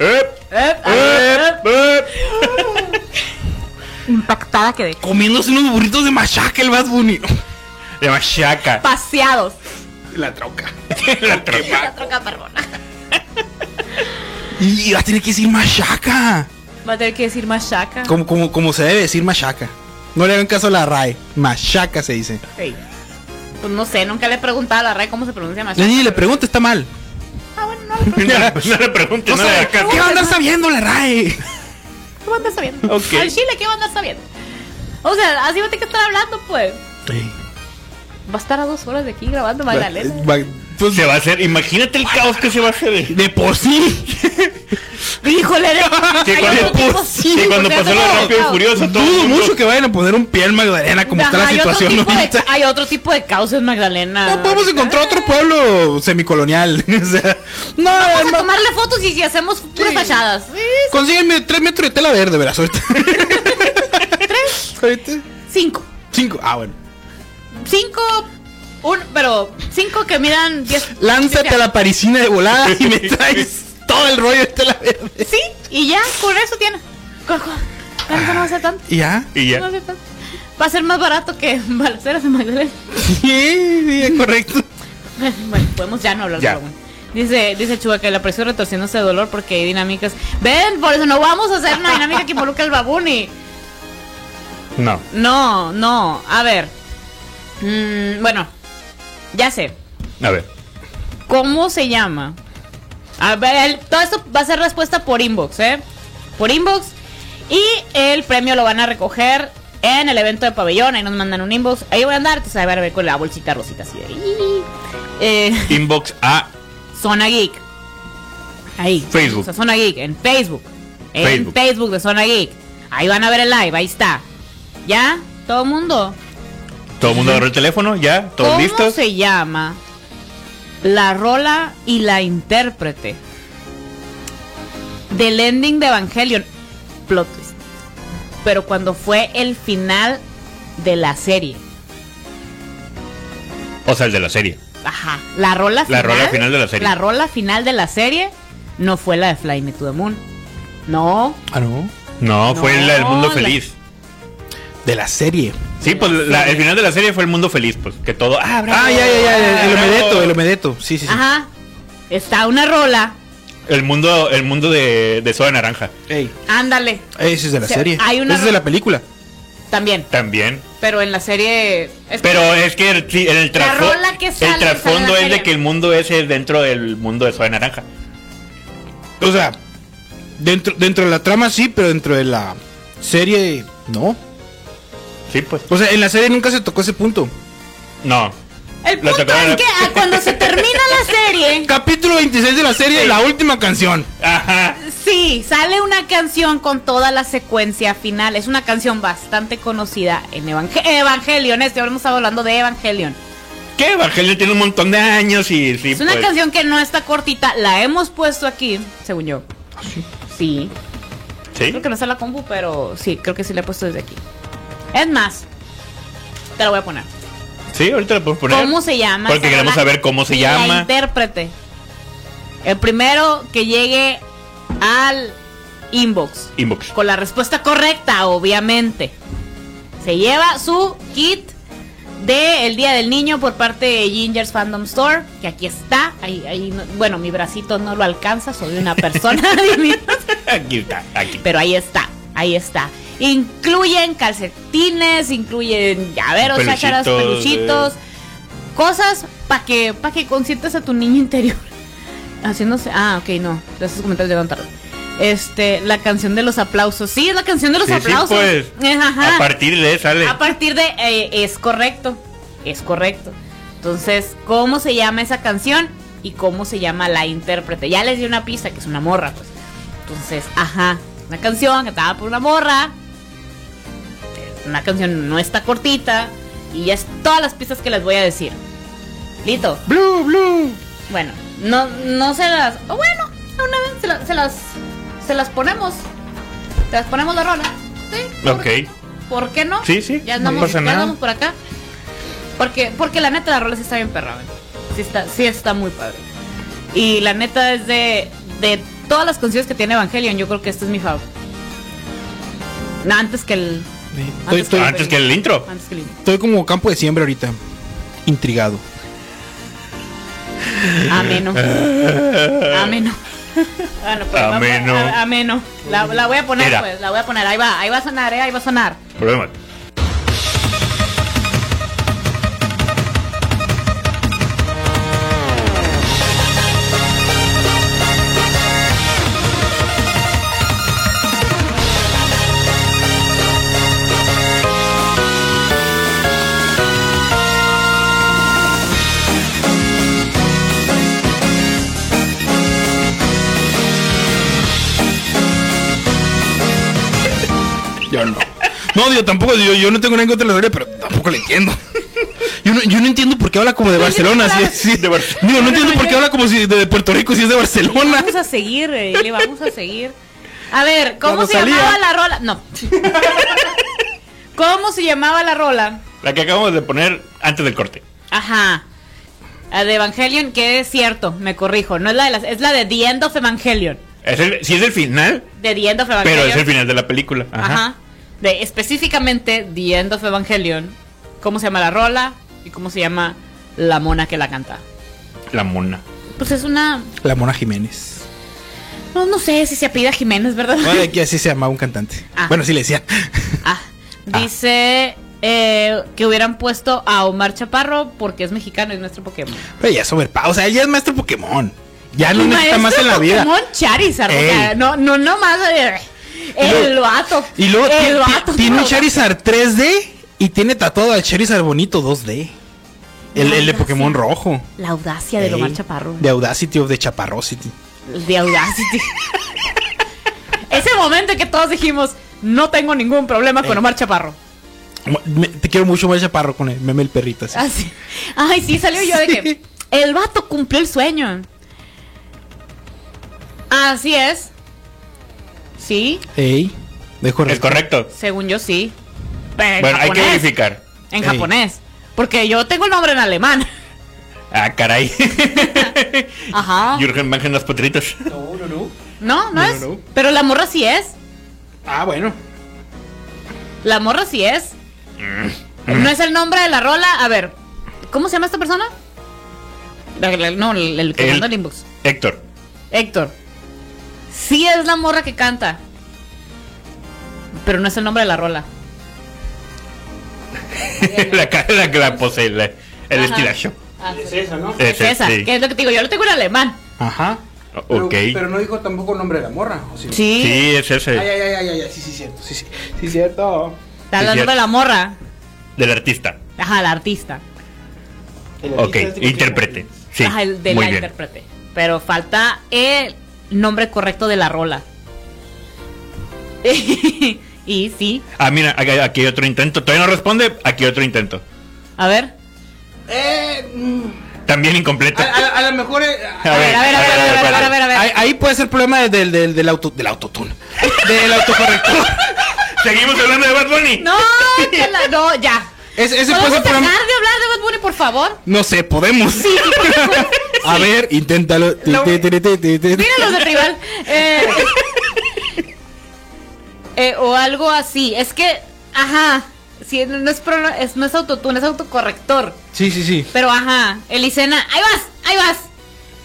C: Ep,
A: Eh, ah, eh,
C: ep, ep.
A: Impactada quedé.
D: Comiéndose unos burritos de machaca el Bad Bunny.
C: De machaca.
A: Paseados.
D: La troca.
C: La tropa.
A: La troca perdona.
D: Y va a tener que decir machaca.
A: Va a tener que decir machaca.
D: Como, como, como se debe decir machaca. No le hagan caso a la RAE. Machaca se dice.
A: Ey. Pues no sé, nunca le he preguntado a la RAE cómo se pronuncia
D: La
A: machaca.
D: niña le pregunta, está mal.
A: Ah, bueno, no, no,
C: No, no le preguntes,
D: No
C: no, le
D: sabe,
C: hagas
D: ¿Qué
C: caso.
D: va a andar sabiendo la RAE?
A: ¿qué va a andar sabiendo?
C: Ok.
A: Al chile, ¿qué va a andar sabiendo? O sea, así va a tener que estar hablando, pues. Va a estar a dos horas de aquí grabando Magdalena.
D: Va- pues,
C: Se va a hacer, imagínate el caos que se va a hacer.
D: de por sí.
A: Híjole, de-
C: Que
A: hay
C: cuando,
A: otro tipo-
C: que cuando
A: porque
C: pasó
A: hace
C: lo
A: como-
C: rápido y furioso, todo
D: Dudo
C: el mundo-
D: mucho que vayan a poner un pie en Magdalena como está
A: Ajá,
D: la
A: hay otro
D: situación
A: tipo de-
D: ahorita.
A: hay otro tipo de causas en Magdalena.
D: No podemos encontrar otro pueblo semicolonial. o sea, no,
A: Vamos Ah. a
D: no,
A: tomarle fotos y, y hacemos puras
D: Sí.
A: fachadas. Sí,
D: consígueme tres metros de tela verde, verás ahorita. ¿Tres? Ahorita.
A: Cinco.
D: Cinco. Ah, bueno.
A: Cinco. Un, pero cinco que miran diez.
D: Lánzate a la parisina de volada y me traes todo el rollo de tela verde.
A: Sí, y ya, con eso tiene. Con- con- con eso no va a ser tanto.
D: ¿Y ya?
C: Y
A: No
C: ya.
A: sé tanto. Va a ser más barato que balaceras de Magdalena.
D: Sí, sí, es correcto.
A: Bueno, podemos ya no hablar de
C: Ya.
A: Halloween. Dice, dice Chuba que la presión retorciéndose de dolor porque hay dinámicas. Ven, por eso no vamos a hacer una dinámica que involucre al babuni.
C: No.
A: No, no, a ver. Mm, bueno, ya sé.
C: A ver.
A: ¿Cómo se llama? A ver, el- todo esto va a ser respuesta por inbox, ¿eh? Por inbox. Y el premio lo van a recoger en el evento de pabellón. Ahí nos mandan un inbox. Ahí voy a andar, entonces a ver, a ver con la bolsita rosita así de. Eh,
C: Inbox a
A: Zona Geek. Ahí.
C: Facebook.
A: O sea, Zona Geek, en Facebook. En
C: Facebook.
A: Facebook. de Zona Geek. Ahí van a ver el live, ahí está. ¿Ya? ¿Todo el mundo?
C: Todo el mundo agarró el teléfono, ya, todos
A: ¿Cómo
C: listos.
A: se llama la rola y la intérprete del ending de Evangelion? Plot twist. Pero cuando fue el final de la serie.
C: O sea, el de la serie.
A: Ajá. La rola
C: La
A: final.
C: rola final de la serie.
A: La rola final de la serie no fue la de Fly Me to the Moon. No.
D: Ah, no.
C: No,
A: No,
C: fue la del mundo
A: la-
C: feliz.
D: De la serie.
C: Sí, pues la- el final de la serie fue el mundo feliz, pues que todo. Ah, bravo.
D: Ah, ya, ya, ya. El, el Omedeto, el Omedeto. Sí, sí, sí.
A: Ajá. Está una rola.
C: El mundo, el mundo de, de soda naranja.
D: Ey,
A: Ándale.
D: ese es de la
A: O sea,
D: serie.
A: hay una-
D: Ese es de la película.
A: También.
C: También.
A: Pero en la serie. es-
C: Pero es que el, sí, en el trasfondo.
A: rola que sale,
C: El trasfondo
A: sale en
C: es
A: la
C: de que el mundo ese es dentro del mundo de soda naranja.
D: O sea, dentro, dentro de la trama sí, pero dentro de la serie no.
C: Sí, pues.
D: O sea, en la serie nunca se tocó ese punto.
C: No.
A: El
C: Lo
A: punto
C: tocaron
A: es
C: la-
A: que ah, cuando se termina la serie.
D: Capítulo 26 de la serie,
C: Sí.
D: la última canción.
C: Ajá.
A: Sí, sale una canción con toda la secuencia final. Es una canción bastante conocida en Evangel Evangelion. Este, ahora hemos estado hablando de Evangelion.
C: que Evangelio tiene un montón de años y sí,
A: es una
C: pues,
A: canción que no está cortita, la hemos puesto aquí, según yo. Sí.
C: ¿sí?
A: Creo que no está en la compu, pero sí, creo que sí la he puesto desde aquí. Es más, te la voy a poner.
C: Sí, ahorita la podemos poner.
A: ¿Cómo se llama?
C: Porque
A: esa
C: queremos
A: rola?
C: saber cómo se
A: Y La
C: llama.
A: intérprete. El primero que llegue al inbox
C: Inbox.
A: con la respuesta correcta, obviamente. Se lleva su kit de el Día del Niño por parte de Ginger's Fandom Store, que aquí está. Ahí, ahí no- bueno, mi bracito no lo alcanza, soy una persona diminuta,
C: Aquí está, aquí.
A: pero ahí está, ahí está. Incluyen calcetines, incluyen llaveros,
C: Peluchitos,
A: chácharas, peluchitos,
C: eh.
A: cosas para que para que consientas a tu niño interior. Haciéndose, ah, ok, no, esos comentarios llegaron tarde. Este, la canción de los aplausos. Sí, es la canción de los
C: Sí, sí,
A: aplausos.
C: pues.
A: Ajá.
C: A partir de sale.
A: A partir de eh, es correcto, es correcto. Entonces, ¿cómo se llama esa canción y cómo se llama la intérprete? Ya les di una pista que es una morra, pues. Entonces, ajá, una canción cantada por una morra. Es Una canción no está cortita y ya es todas las pistas que les voy a decir. Listo.
D: Blue, blue.
A: Bueno, no no se las, o bueno, una vez se, la- se las se las ponemos. Se las ponemos la rola. Sí.
C: Ok.
A: ¿Por qué no?
C: Sí, sí,
A: Ya
C: no
A: andamos,
C: pasa
A: ya
C: nada.
A: andamos por acá. Porque, porque la neta, la rola sí está bien perra, güey. Sí está, sí está muy padre. Y la neta es de, de todas las canciones que tiene Evangelion, yo creo que esta es mi favorita. Antes que el.
D: Estoy, estoy-
A: Ah,
C: Antes que el intro.
A: Antes que el intro.
D: estoy como campo de siembra ahorita. Intrigado.
A: Ameno. Ameno. Ah, Bueno, pues, vamos a-
C: Ameno.
A: a- ameno. La, la voy a poner,
C: Ah, Mira.
A: pues. La voy a poner. Ahí va, ahí va a sonar, eh, ahí va a sonar.
C: Problema.
D: Yo no. No, digo, tampoco, yo, yo no tengo nada en contra de la historia, pero tampoco la entiendo. Yo no, yo no entiendo por qué habla como de Barcelona. si es- si-
C: De Bar-
D: digo, no entiendo por qué habla como si de Puerto Rico, si es de Barcelona.
A: Vamos a seguir, eh, le vamos a seguir. A ver, ¿cómo
D: La
A: se
D: Rosalía.
A: llamaba la rola? No. ¿Cómo se llamaba la rola?
C: La que acabamos de poner antes del corte.
A: Ajá. La de Evangelion, que es cierto, me corrijo. No es la de las, es la de The End of Evangelion.
C: Es el, sí es el final,
A: De The End of Evangelion.
C: pero es el final de la película.
A: Ajá.
C: Ajá.
A: De específicamente The End of Evangelion. ¿Cómo se llama la rola? Y cómo se llama la mona que la canta.
C: La mona.
A: Pues es una.
D: La Mona Jiménez.
A: No, no sé si se apida Jiménez, ¿verdad?
D: Bueno, aquí así se llamaba un cantante.
A: Ah.
D: Bueno, sí le decía.
A: Ah,
D: Ah.
A: dice eh, que hubieran puesto a Omar Chaparro porque es mexicano y es nuestro Pokémon.
D: Pero ya es overpower. O sea, él ya es maestro Pokémon. Ya Ah, no
A: Y
D: necesita
A: maestro
D: más en la vida.
A: Pokémon Charizard, o
D: Ey.
A: sea, no, no, no más. eh, el
D: Lo-
A: vato.
D: Y luego ti-
A: el
D: ti-
A: vato.
D: tiene un
A: no,
D: Charizard 3D y tiene tatuado al Charizard bonito 2D. El, el de
A: Audacity.
D: Pokémon rojo.
A: La audacia de Omar
D: Ey,
A: Chaparro.
D: De Audacity of de Chaparrosity.
A: De Audacity. Ese momento en que todos dijimos, no tengo ningún problema con
D: Ey.
A: Omar Chaparro.
D: Mo- me- te quiero mucho más Chaparro con el meme el perrito. así.
A: Así. Ay, Ah, sí, salió yo de
D: Sí.
A: que el vato cumplió el sueño. Así es. Sí,
D: Ey. Dejo
C: Es correcto.
A: según yo sí. Pero en
C: Bueno, hay que
A: japonés.
C: verificar.
A: En
D: Ey.
A: japonés. Porque yo tengo el nombre en alemán.
C: Ah, caray.
A: Ajá.
C: Jürgen Manja en las potritas.
A: No, no
D: No,
A: es.
D: no.
A: Pero la morra sí es.
D: Ah, bueno.
A: La morra sí es. No es el nombre de la rola. A ver, ¿cómo se llama esta persona? La- la- No, el, el que
C: El-
A: mandó el inbox.
C: Héctor.
A: Héctor. Sí es la morra que canta. Pero no es el nombre de la rola.
C: la cara la que la posee. la- el
A: Ajá.
C: estilacho.
A: Ah,
E: Es
A: sí.
E: esa, ¿no?
A: Es
C: Ese,
A: esa,
C: sí.
A: que es lo que te digo. Yo lo tengo en alemán.
D: Ajá.
E: Pero,
C: Ok.
E: pero no dijo tampoco el nombre de la morra, ¿o sí?
A: Sí.
C: Sí, es
E: Ay,
C: ese.
E: ay, ay, ay, ay, ay, sí, sí, cierto, sí, sí, sí, cierto.
A: Está
C: Sí,
A: el nombre de la morra.
C: Del artista.
A: Ajá, la artista.
E: El
C: Ok.
E: artista es de-
C: Intérprete. Sí.
A: Ajá, el de
C: muy
A: la
C: bien.
A: intérprete. Pero falta el nombre correcto de la rola. y sí.
C: Ah, mira, aquí aquí hay otro intento. Todavía no responde. Aquí hay otro intento.
A: A ver.
E: Eh, mm,
C: También
E: a,
C: incompleta.
A: Ah,
E: a- a lo mejor. eh, a-
A: A ver, a ver, a ver, a ver, a ver, a ver, a ver.
D: Ahí, ahí puede ser problema del, del, del, auto, del autotune. Del autocorrector.
C: Seguimos hablando de Bad Bunny.
A: ah. No, que la- no, ya.
D: Ese- ese
A: ¿Podemos
D: puede
A: dejar
D: ser
A: de
D: problema.
A: hablar de Bad Bunny, por favor?
D: No sé, podemos. A ver, inténtalo. Ti, ti, ti, ti, ti, ti.
A: Miren los de rival. Eh, eh, o algo así. Es que, ajá. Sí, no es, pro- es- no es autotune, es autocorrector.
D: Sí, sí, sí.
A: Pero ajá, Elisena, ahí vas, ahí vas.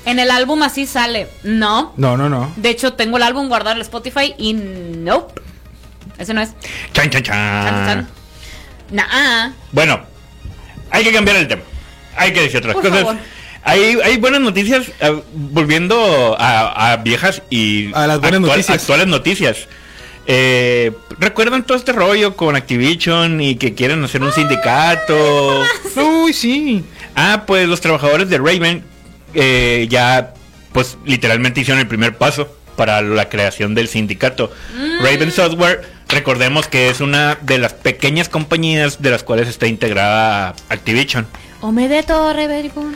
A: En el álbum así sale. No.
D: No, no, no.
A: De hecho, tengo el álbum guardado en Spotify y no. Ese no es.
C: Chan,
A: Chan,
C: chan, chan.
A: chan. Nah.
C: Bueno, hay que cambiar el tema. Hay que decir otras
A: Por
C: cosas.
A: favor.
C: Hay, hay buenas noticias, ah, volviendo a, a viejas y
D: A las buenas noticias.
C: actuales noticias. Eh, ¿Recuerdan todo este rollo con Activision y que quieren hacer un sindicato?
D: Uy, sí.
C: Ah, pues los trabajadores de Raven eh, ya, pues literalmente hicieron el primer paso para la creación del sindicato. Raven Software, recordemos que es una de las pequeñas compañías de las cuales está integrada Activision.
A: O me de torre, Vergón.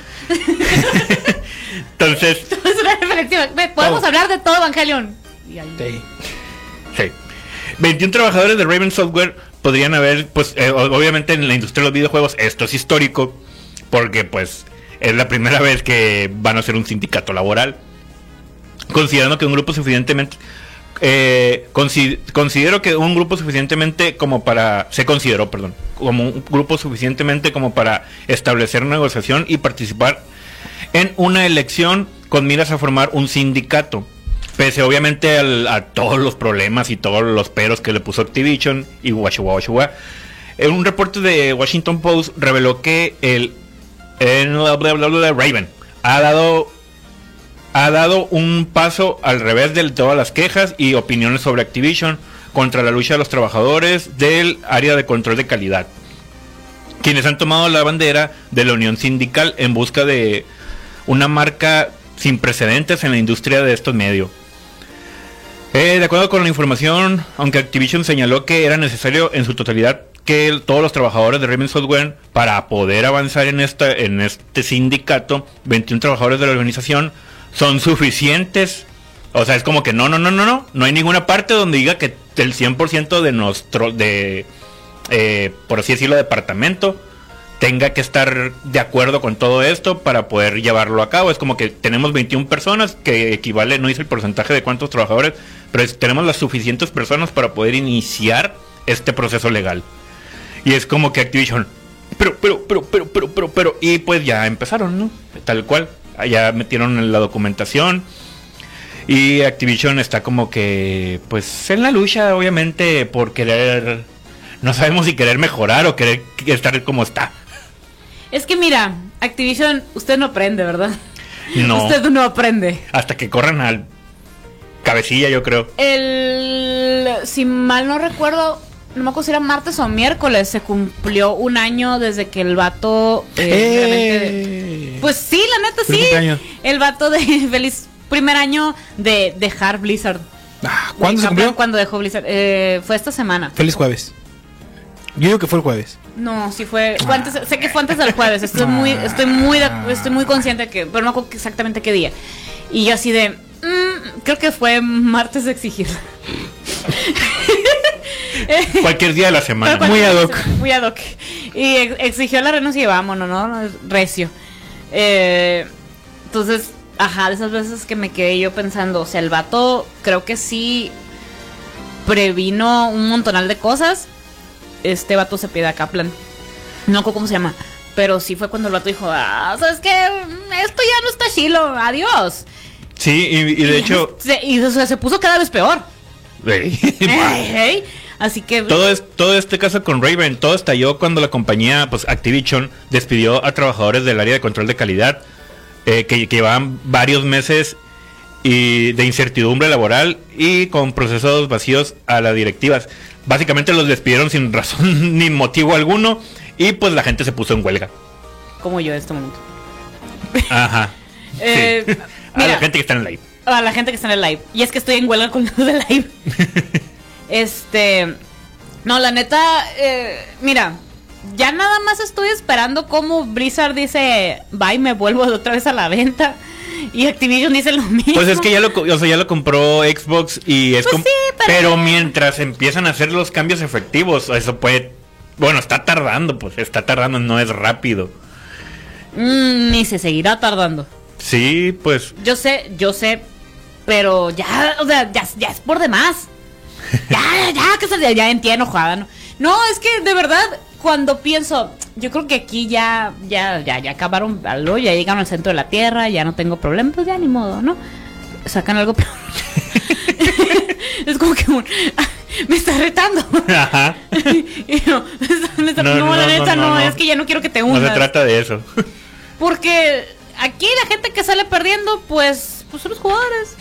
C: Entonces,
A: Es una reflexiva. Ve, Podemos
C: Todo.
A: hablar de todo, Evangelion. Y ahí-
C: sí. 21 trabajadores de Raven Software podrían haber, pues eh, o- obviamente en la industria de los videojuegos esto es histórico, porque pues es la primera vez que van a hacer un sindicato laboral. considerando que un grupo suficientemente eh, consi- considero que un grupo suficientemente como para se consideró perdón como un grupo suficientemente como para establecer una negociación y participar en una elección con miras a formar un sindicato pese obviamente al- a todos los problemas y todos los peros que le puso Activision y guachua guachua en un reporte de Washington Post reveló que el, el bla, bla, bla, bla, Raven ha dado ha dado un paso al revés de todas las quejas y opiniones sobre Activision contra la lucha de los trabajadores del área de control de calidad, quienes han tomado la bandera de la unión sindical en busca de una marca sin precedentes en la industria de estos medios. Eh, de acuerdo con la información, aunque Activision señaló que era necesario en su totalidad que el- todos los trabajadores de Raven Software para poder avanzar en, esta, en este sindicato, 21 trabajadores de la organización son suficientes. O sea, es como que no, no, no, no, no. No hay ninguna parte donde diga que el 100% de nuestro, de, eh, por así decirlo, departamento tenga que estar de acuerdo con todo esto para poder llevarlo a cabo. Es como que tenemos 21 personas, que equivale, no dice el porcentaje de cuántos trabajadores, pero es- tenemos las suficientes personas para poder iniciar este proceso legal. Y es como que Activision, pero, pero, pero, pero, pero, pero, pero, y pues ya empezaron, ¿no? Tal cual, ya metieron la documentación. Y Activision está como que, pues, en la lucha, obviamente, por querer, no sabemos si querer mejorar o querer estar como está.
A: Es que mira, Activision, usted no aprende, ¿verdad?
C: No.
A: Usted no aprende.
C: Hasta que corran al cabecilla, yo creo.
A: El. Si mal no recuerdo, no me acuerdo si era martes o miércoles, se cumplió un año desde que el vato. eh, realmente-
D: Eh.
A: Pues sí, la neta
D: Feliz
A: sí.
D: cumpleaños.
A: El vato de feliz primer año de dejar Blizzard.
D: Ah, ¿Cuándo
A: De Kaplan
D: se cumplió?
A: Cuando dejó Blizzard. Eh, fue esta semana.
D: Feliz jueves. Yo digo que fue el jueves.
A: No, sí fue. fue antes- sé que fue antes del jueves. Estoy muy, estoy muy, de- estoy muy consciente que, pero no me acuerdo exactamente qué día. Y yo así de, mm, creo que fue martes de exigir.
C: Cualquier día de la semana.
A: Pero
D: Muy
A: cuando-
D: ad hoc.
A: Muy ad hoc. Y ex- exigió la renuncia y vámonos, ¿no? Recio. Eh, entonces, ajá, de esas veces que me quedé yo pensando, o sea, el vato creo que sí previno un montonal de cosas. Este vato se pide a Kaplan. No me acuerdo cómo se llama. Pero sí fue cuando el vato dijo, ah, ¿sabes qué? Esto ya no está chilo, adiós.
C: Sí, y, y de hecho...
A: Se, y o sea, se puso cada vez peor. Ey, ey. Así que...
C: Todo, es, todo este caso con Raven, todo estalló cuando la compañía, pues Activision, despidió a trabajadores del área de control de calidad, eh, que, que llevaban varios meses y de incertidumbre laboral y con procesos vacíos a las directivas. Básicamente los despidieron sin razón ni motivo alguno y pues la gente se puso en huelga.
A: Como yo en este momento.
C: Ajá. Sí.
A: Eh,
C: a
A: mira.
C: la gente que está en live.
A: A la gente que está en el live. Y es que estoy en huelga con los de live. este. No, la neta. eh, mira, ya nada más estoy esperando cómo Blizzard dice, bye, me vuelvo de otra vez a la venta. Y Activision dice lo mismo.
C: Pues es que ya lo, co- o sea, ya lo compró Xbox y es
A: Pues
C: com-
A: sí, pero-
C: pero... mientras empiezan a hacer los cambios efectivos, eso puede bueno, está tardando, pues está tardando, no es rápido.
A: Mm, ni se seguirá tardando.
C: Sí, pues
A: Yo sé, yo sé, pero ya, o sea, ya, ya es por demás. Ya, ya, que se ya, ya en ti enojada, ¿no? No, es que de verdad, cuando pienso, yo creo que aquí ya, ya, ya, ya acabaron algo, ya llegaron al centro de la tierra, ya no tengo problema, pues ya ni modo, ¿no? Sacan algo peor. es como que un, me está retando.
C: ajá,
A: Y yo, me está- no,
C: No,
A: la
C: no,
A: neta,
C: no,
A: no,
C: no, no.
A: es que ya no quiero que te
C: no
A: unas.
C: se trata de eso.
A: Porque aquí la gente que sale perdiendo, pues, pues son los jugadores.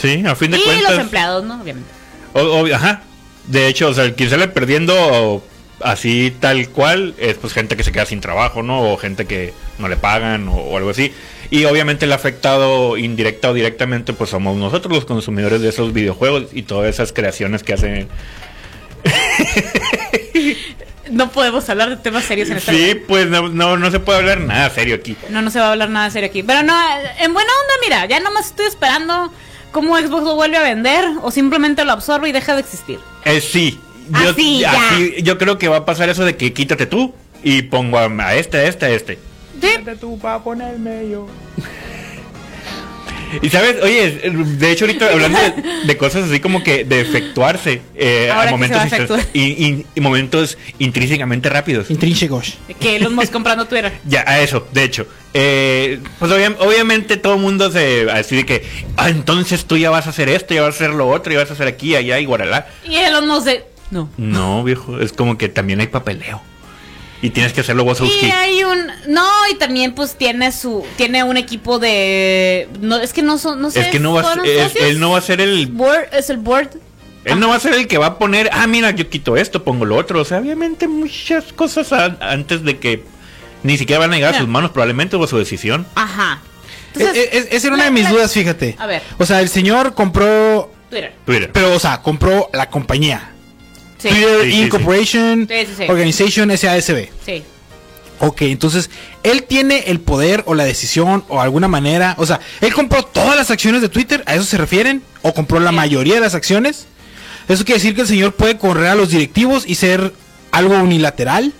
C: Sí, a fin de
A: Y
C: cuentas.
A: los empleados, ¿no? Obviamente.
C: o- obvio, ajá. De hecho, o sea, el que sale perdiendo así tal cual es pues gente que se queda sin trabajo, ¿no? O gente que no le pagan o, o algo así. Y obviamente el afectado indirecta o directamente pues somos nosotros los consumidores de esos videojuegos y todas esas creaciones que hacen.
A: No podemos hablar de temas serios en esta
C: Sí,
A: vida.
C: pues no, no, no se puede hablar nada serio aquí.
A: No, no se va a hablar nada serio aquí. Pero no, en buena onda, mira, ya nomás estoy esperando cómo Xbox lo vuelve a vender o simplemente lo absorbe y deja de existir.
C: Eh, sí.
A: Así, ya.
C: yo creo que va a pasar eso de que quítate tú y pongo a, a este, a este, a este.
A: Sí,
C: Y sabes, oye, de hecho ahorita hablando de, de cosas así como que de efectuarse eh,
A: Ahora
C: a
A: que
C: momentos,
A: se va a efectuar.
C: y, y- y momentos intrínsecamente rápidos.
D: Intrínsecos.
A: que Elon Musk comprando Twitter.
C: Ya, a eso, de hecho. Eh, pues obvia- obviamente todo el mundo se así de que, ah, entonces tú ya vas a hacer esto, ya vas a hacer lo otro, ya vas a hacer aquí, allá y guaralá.
A: Y Elon Musk de... No.
C: No, viejo, es como que también hay papeleo. Y tienes que hacerlo vos,
A: Y hay un... No, y también pues tiene su... Tiene un equipo de... No, es que no son... No sé,
C: Es que no va a
A: ¿fueron
C: ser- es-
A: socios?
C: él no va a ser el
A: Board- es el board.
C: Él no va a ser el que va a poner, ah, mira, yo quito esto, pongo lo otro. O sea, obviamente muchas cosas a- antes de que ni siquiera van a llegar a
A: Mira.
C: sus manos, probablemente, o a su decisión.
A: Ajá.
D: Eh, eh, esa era
A: la-
D: una de mis
A: la-
D: dudas, fíjate.
A: A ver.
D: O sea, el señor compró.
A: Twitter.
C: Twitter.
D: Pero, o sea, compró la compañía.
A: Sí.
D: Twitter
C: Sí, sí, sí.
D: Incorporation
A: Sí, sí, sí.
D: Organization SASB.
A: Sí.
D: Ok, entonces él tiene el poder o la decisión o alguna manera. O sea, él compró todas las acciones de Twitter, ¿a eso se refieren? ¿O compró la mayoría de las acciones? Eso quiere decir que el señor puede correr a los directivos y ser algo unilateral.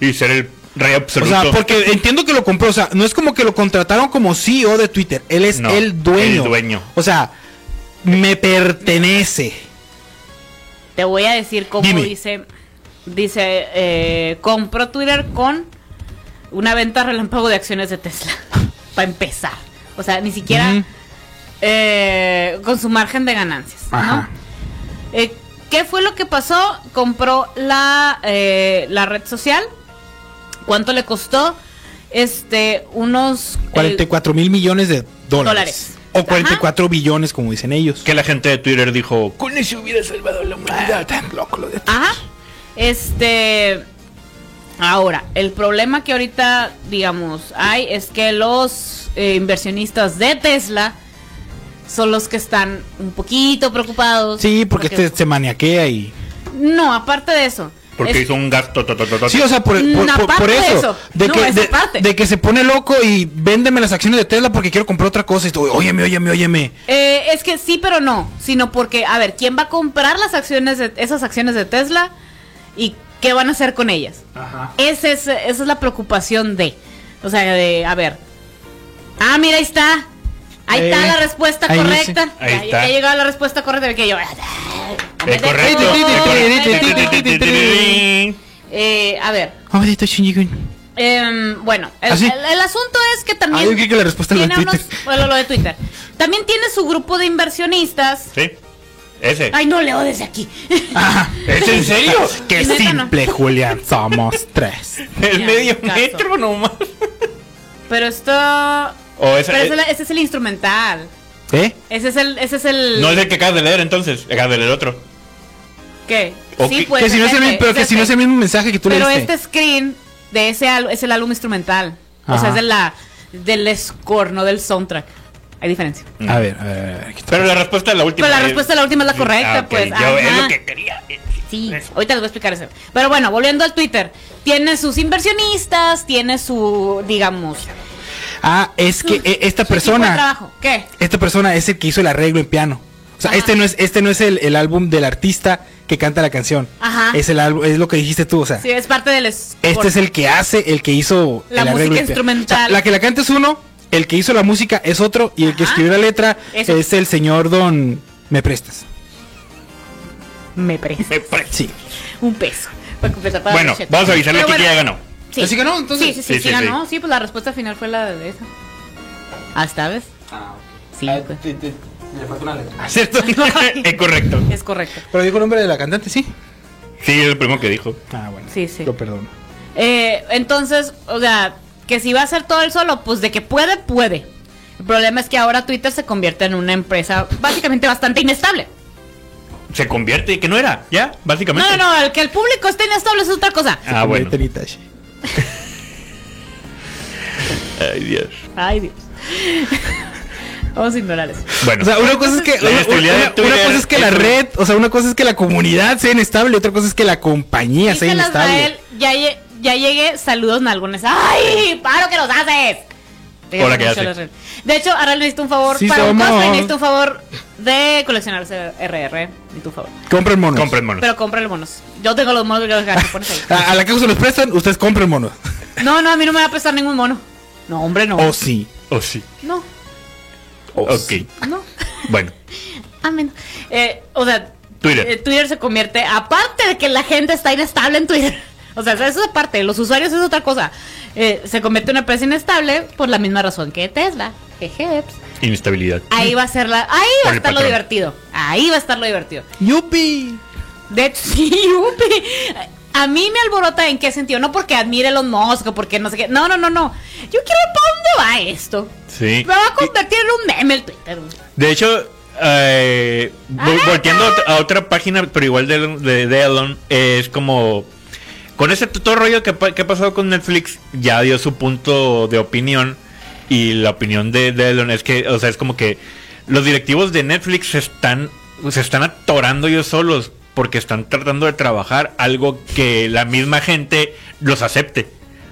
C: Y ser el rey absoluto.
D: O sea, porque entiendo que lo compró. O sea, no es como que lo contrataron como CEO de Twitter. Él es
C: No,
D: el dueño.
C: el dueño.
D: O sea, me pertenece.
A: Te voy a decir cómo
D: Dime.
A: dice. Dice, eh, compró Twitter con una venta relámpago de acciones de Tesla. Para empezar. O sea, ni siquiera
D: Ujú.
A: eh, con su margen de ganancias. ¿no?
D: Ajá.
A: Eh, ¿Qué fue lo que pasó? Compró la, eh, la red social. ¿Cuánto le costó? Este, unos... eh,
D: 44 mil millones de
A: Dólares.
D: dólares. O 44 billones, como dicen ellos.
C: que la gente de Twitter dijo, con eso hubiera salvado la
D: Ah,
C: humanidad.
D: tan loco lo de-
A: Ajá. Este. Ahora, el problema que ahorita, digamos, hay es que los eh, inversionistas de Tesla son los que están un poquito preocupados.
D: Sí, porque este se maniaquea y.
A: No, aparte de eso.
C: Porque
A: es-
C: hizo un gasto. ta, ta, ta, ta.
D: Sí, o sea, por,
A: Mm,
D: por- por-
A: aparte
D: por
A: de
D: eso.
A: eso.
D: De,
A: No,
D: que,
A: esa
D: de-
A: parte.
D: de que se pone loco y véndeme las acciones de Tesla porque quiero comprar otra cosa. Y tú, óyeme, óyeme, óyeme.
A: Eh, es que sí, pero no. Sino porque, a ver, ¿quién va a comprar las acciones de esas acciones de Tesla? ¿Y qué van a hacer con ellas? Ese es- esa es la preocupación de. O sea, de, a ver. Ah, mira, ahí está. Ahí
D: Eh,
A: está la respuesta
D: ahí
A: correcta.
D: dice.
C: Ahí
A: ya,
C: está.
A: ya llegaba la respuesta correcta. Que yo. "Ah,
C: Eh, correcto.
D: Ay,
C: eh,
D: ay,
C: correcto.
D: ay,
A: Eh, a ver.
D: Ay, Shinji-kun.
A: Em, bueno, el,
D: Así.
A: el- el asunto es que
D: Ah,
A: también.
D: yo creí que la respuesta era
A: tiene
D: lo de
A: unos-
D: Twitter.
A: bueno, lo de Twitter. También tiene su grupo de inversionistas.
C: Sí. Ese.
A: Ay, no leo desde aquí.
D: Ajá.
C: ¿Es en serio?
D: Qué
A: Neta, no.
D: simple, Julián. Somos tres.
C: El
A: Ni
C: medio
A: al caso.
C: metro nomás.
A: Pero esto.
C: O ese, eh,
A: Pero ese, ese es el instrumental.
D: ¿Eh?
A: Ese es el. Ese es el
C: No es el que acabas de leer entonces, acabas de leer otro.
A: ¿Qué?
C: o que-
A: pues,
D: que si no es el,
A: este,
D: mi- pero que
A: este.
D: si no es el mismo mensaje que tú
A: Pero
D: leíste.
A: este screen de ese al- es el álbum instrumental. O sea,
D: Ajá.
A: es de la, del score, no del soundtrack. Hay diferencia.
D: A ver, a ver, a ver. aquí está.
C: Pero la respuesta es la última.
A: Pero la
C: eh.
A: respuesta a la última es la
C: Sí,
A: correcta,
C: ah, ok,
A: pues.
C: Yo es
A: ajá.
C: lo que quería. eh.
A: Sí, así. Ahorita les voy a explicar eso. Pero bueno, volviendo al Twitter. Tiene sus inversionistas, tiene su, digamos,
D: Ah, es que eh,
A: su equipo
D: esta
A: de
D: persona,
A: trabajo. ¿Qué?
D: esta persona es el que hizo el arreglo en piano. O sea,
A: Ajá.
D: este no es, este no es el, el álbum del artista que canta la canción.
A: Ajá.
D: Es el álbum, es lo que dijiste tú, o sea.
A: Sí, es parte del... es-
D: Este es el que hace, el que hizo
A: La
D: el
A: música
D: arreglo.
A: instrumental.
D: O sea, la que la canta es uno, el que hizo la música es otro y el que
A: Ajá.
D: escribió la letra
A: Eso.
D: es el señor Don Me prestas.
A: Me parece.
D: Sí.
A: Un peso. Para completar para
C: Bueno,
A: la cheta.
C: vamos a avisarle
A: Pero
C: que
A: bueno,
C: ya ganó.
A: Sí.
D: ¿Así ganó, entonces?
A: Sí, sí, sí,
C: Sí,
A: sí,
C: sí,
A: ganó. Sí. pues la respuesta final fue la de esa. Hasta ves.
D: Ah,
A: Sí, pues.
E: Le falta una letra.
C: ¿Cierto? es correcto.
A: Es correcto.
D: Pero dijo el nombre de la cantante, sí.
C: Sí, es el primo que dijo.
D: Ah, bueno.
A: Sí, sí.
D: Lo perdono.
A: Eh, entonces, o sea, que si va a hacer todo él solo, pues de que puede, puede. El problema es que ahora Twitter se convierte en una empresa básicamente bastante inestable.
C: Se convierte y que no era, ¿ya? Básicamente.
A: No, no, no, el que el público esté inestable es otra cosa.
C: Ah, bueno.
D: Convierte en Itachi.
C: Ay, Dios.
A: Ay, Dios. Vamos a ignorar eso.
C: Bueno,
D: O sea, una cosa es que,
C: La
D: una-
C: inestabilidad
D: una-
C: de
D: una
C: Twitter
D: cosa es que la
C: es un-
D: red, o sea, una cosa es que la comunidad sea inestable y otra cosa es que la compañía
A: Dice
D: sea
A: el Azrael,
D: inestable.
A: ya, lle- ya llegué, saludos nalgones. ¡Ay! ¡Paro que los haces! Te
C: Hola,
A: quiero
C: ¿qué
A: mucho,
C: haces?
A: Azrael. De hecho, Arrael necesita un favor
D: Sí
A: para un
D: somos.
A: cosplay, necesita un favor de coleccionarse RR. Necesito un favor.
D: Compren monos.
C: compren monos.
A: Pero cómprale monos. Yo tengo los monos que los gané, pones ahí.
D: A, a la que se los prestan, ustedes compren monos.
A: No, no, a mí no me va a prestar ningún mono. No, hombre, no.
D: O sí.
C: Oh, sí.
A: No,
C: ok.
A: no.
C: Bueno,
A: Amén. Eh, o sea,
C: Twitter.
A: eh, Twitter se convierte, aparte de que la gente está inestable en Twitter. O sea, eso es aparte, los usuarios es otra cosa. Eh, se convierte en una empresa inestable por la misma razón que Tesla, que Jeps.
C: inestabilidad.
A: Ahí va a ser la, ahí va
C: Por
A: a
C: el
A: estar lo
C: patrón.
A: divertido. Ahí va a estar lo divertido.
D: ¡Yupi!
A: De hecho, sí, yupi. A mí me alborota en qué sentido, no porque admire los Musk o porque no sé qué. No, no, no, no. Yo quiero ver para dónde va esto.
C: Sí.
A: Me va a convertir en un meme el Twitter. güey.
C: De hecho, eh,
A: Ah,
C: vol- volteando a ot- a otra página, pero igual de, Elon- de, de Elon, eh, es como. Con ese t- todo rollo que, pa- que ha pasado con Netflix, ya dio su punto de opinión. Y la opinión de, de Elon es que, o sea, es como que los directivos de Netflix se están, se están atorando ellos solos porque están tratando de trabajar algo que la misma gente los acepte.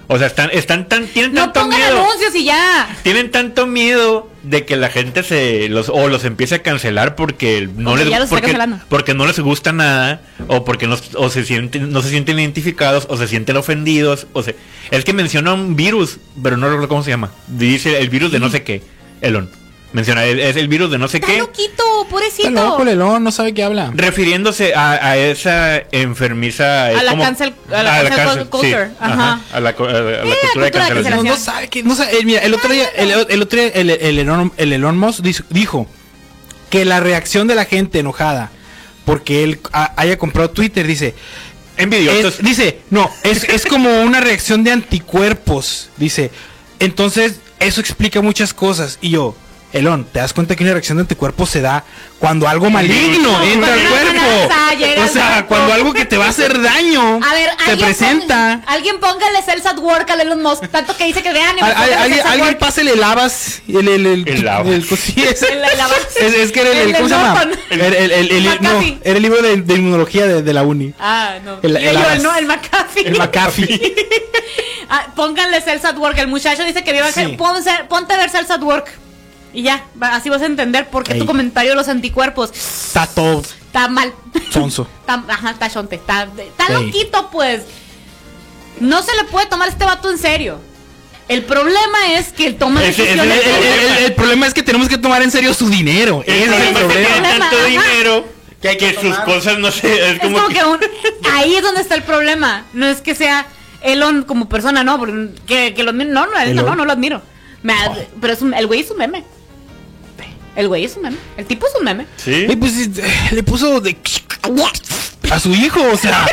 C: O sea, están, están tan, tienen
A: No
C: tanto
A: pongan
C: miedo.
A: anuncios y ya.
C: Tienen tanto miedo de que la gente se los o los empiece a cancelar porque no
A: Porque
C: les
A: ya los está
C: porque,
A: cancelando.
C: porque no les gusta nada o porque no, o se sienten no se sienten identificados o se sienten ofendidos o se es que menciona un virus pero no recuerdo cómo se llama dice el virus de no sé qué Elon menciona el- es el virus de no sé
A: Está
C: qué
A: loquito,
D: Está loco,
A: pobrecito.
D: Lelón, no sabe qué habla.
C: refiriéndose a, a esa enfermiza eh,
A: A la
C: como-
A: cancel- a la cancel culture,
C: sí,
A: ajá. Eh,
C: ajá, a la, co- a la- a
A: la
C: la cultura de
A: cultura de
C: cancelación
D: No, no sabe que. No sabe, eh, mira, el otro día, el, el otro día, el, el Elon, el Elon Musk dis- dijo que la reacción de la gente enojada porque él a- haya comprado Twitter, dice.
C: envidiosos
D: es- dice, no, es, es como una reacción de anticuerpos. Dice, entonces eso explica muchas cosas. Y yo, Elon, ¿te das cuenta que una reacción de anticuerpos se da cuando algo maligno
A: Cuando
D: entra al
A: una
D: cuerpo?
A: amenaza llega
D: O
A: al
D: sea,
A: cuerpo.
D: cuando algo que te va a hacer daño
A: A ver,
D: se
A: alguien
D: presenta.
A: ponga- alguien póngale Cells at Work a Elon Musk, tanto que dice que vean. y me
D: Al- al-
A: pongan
D: alguien,
A: Cells at
D: alguien
A: Work.
D: pásele lavas. El, el, el,
C: El lavas.
D: sí, es,
A: El- el lavas.
D: es, es que era el,
A: El
D: el-
A: del
D: ¿cómo se llama?
A: Norton.
D: El, el- el- el- no,
A: McAfee.
D: era el libro de, de inmunología de, de la uni.
A: Ah, no.
D: El-
A: El,
D: el Abbas.
A: no, el McAfee.
D: El McAfee.
A: Ah, pónganle Cells at Work. El muchacho dice que viva.
D: Sí.
A: Ponte, ponte a ver Cells at Work. Y ya, va- así vas a entender por qué
D: Ey.
A: tu comentario de los anticuerpos
D: Está todo
A: está mal.
D: sonso.
A: Está, ajá, está chonte, está, está
D: Ey.
A: loquito, pues. No se le puede tomar a este vato en serio. El problema es que él toma
C: Ese- ese-
D: El,
A: decisiones.
D: el- el- el- el problema es que tenemos que tomar en serio su dinero. Ese
C: El
D: es el
C: problema es que
D: problema.
C: tiene tanto
A: Ajá.
C: dinero que, sus
E: tomar.
C: cosas no se. Es
A: Es
C: como, que.
A: un- ahí es donde está el problema. No es que sea Elon como persona, no, porque- que, que lo admiro. No, no, la neta,
D: Elon.
A: no, no lo admiro. Me ad-
C: Ah.
A: Pero es un- el güey es un meme. El güey es un meme. El tipo es un meme.
C: Sí.
D: Y pues, eh, le puso de- a su hijo, o sea,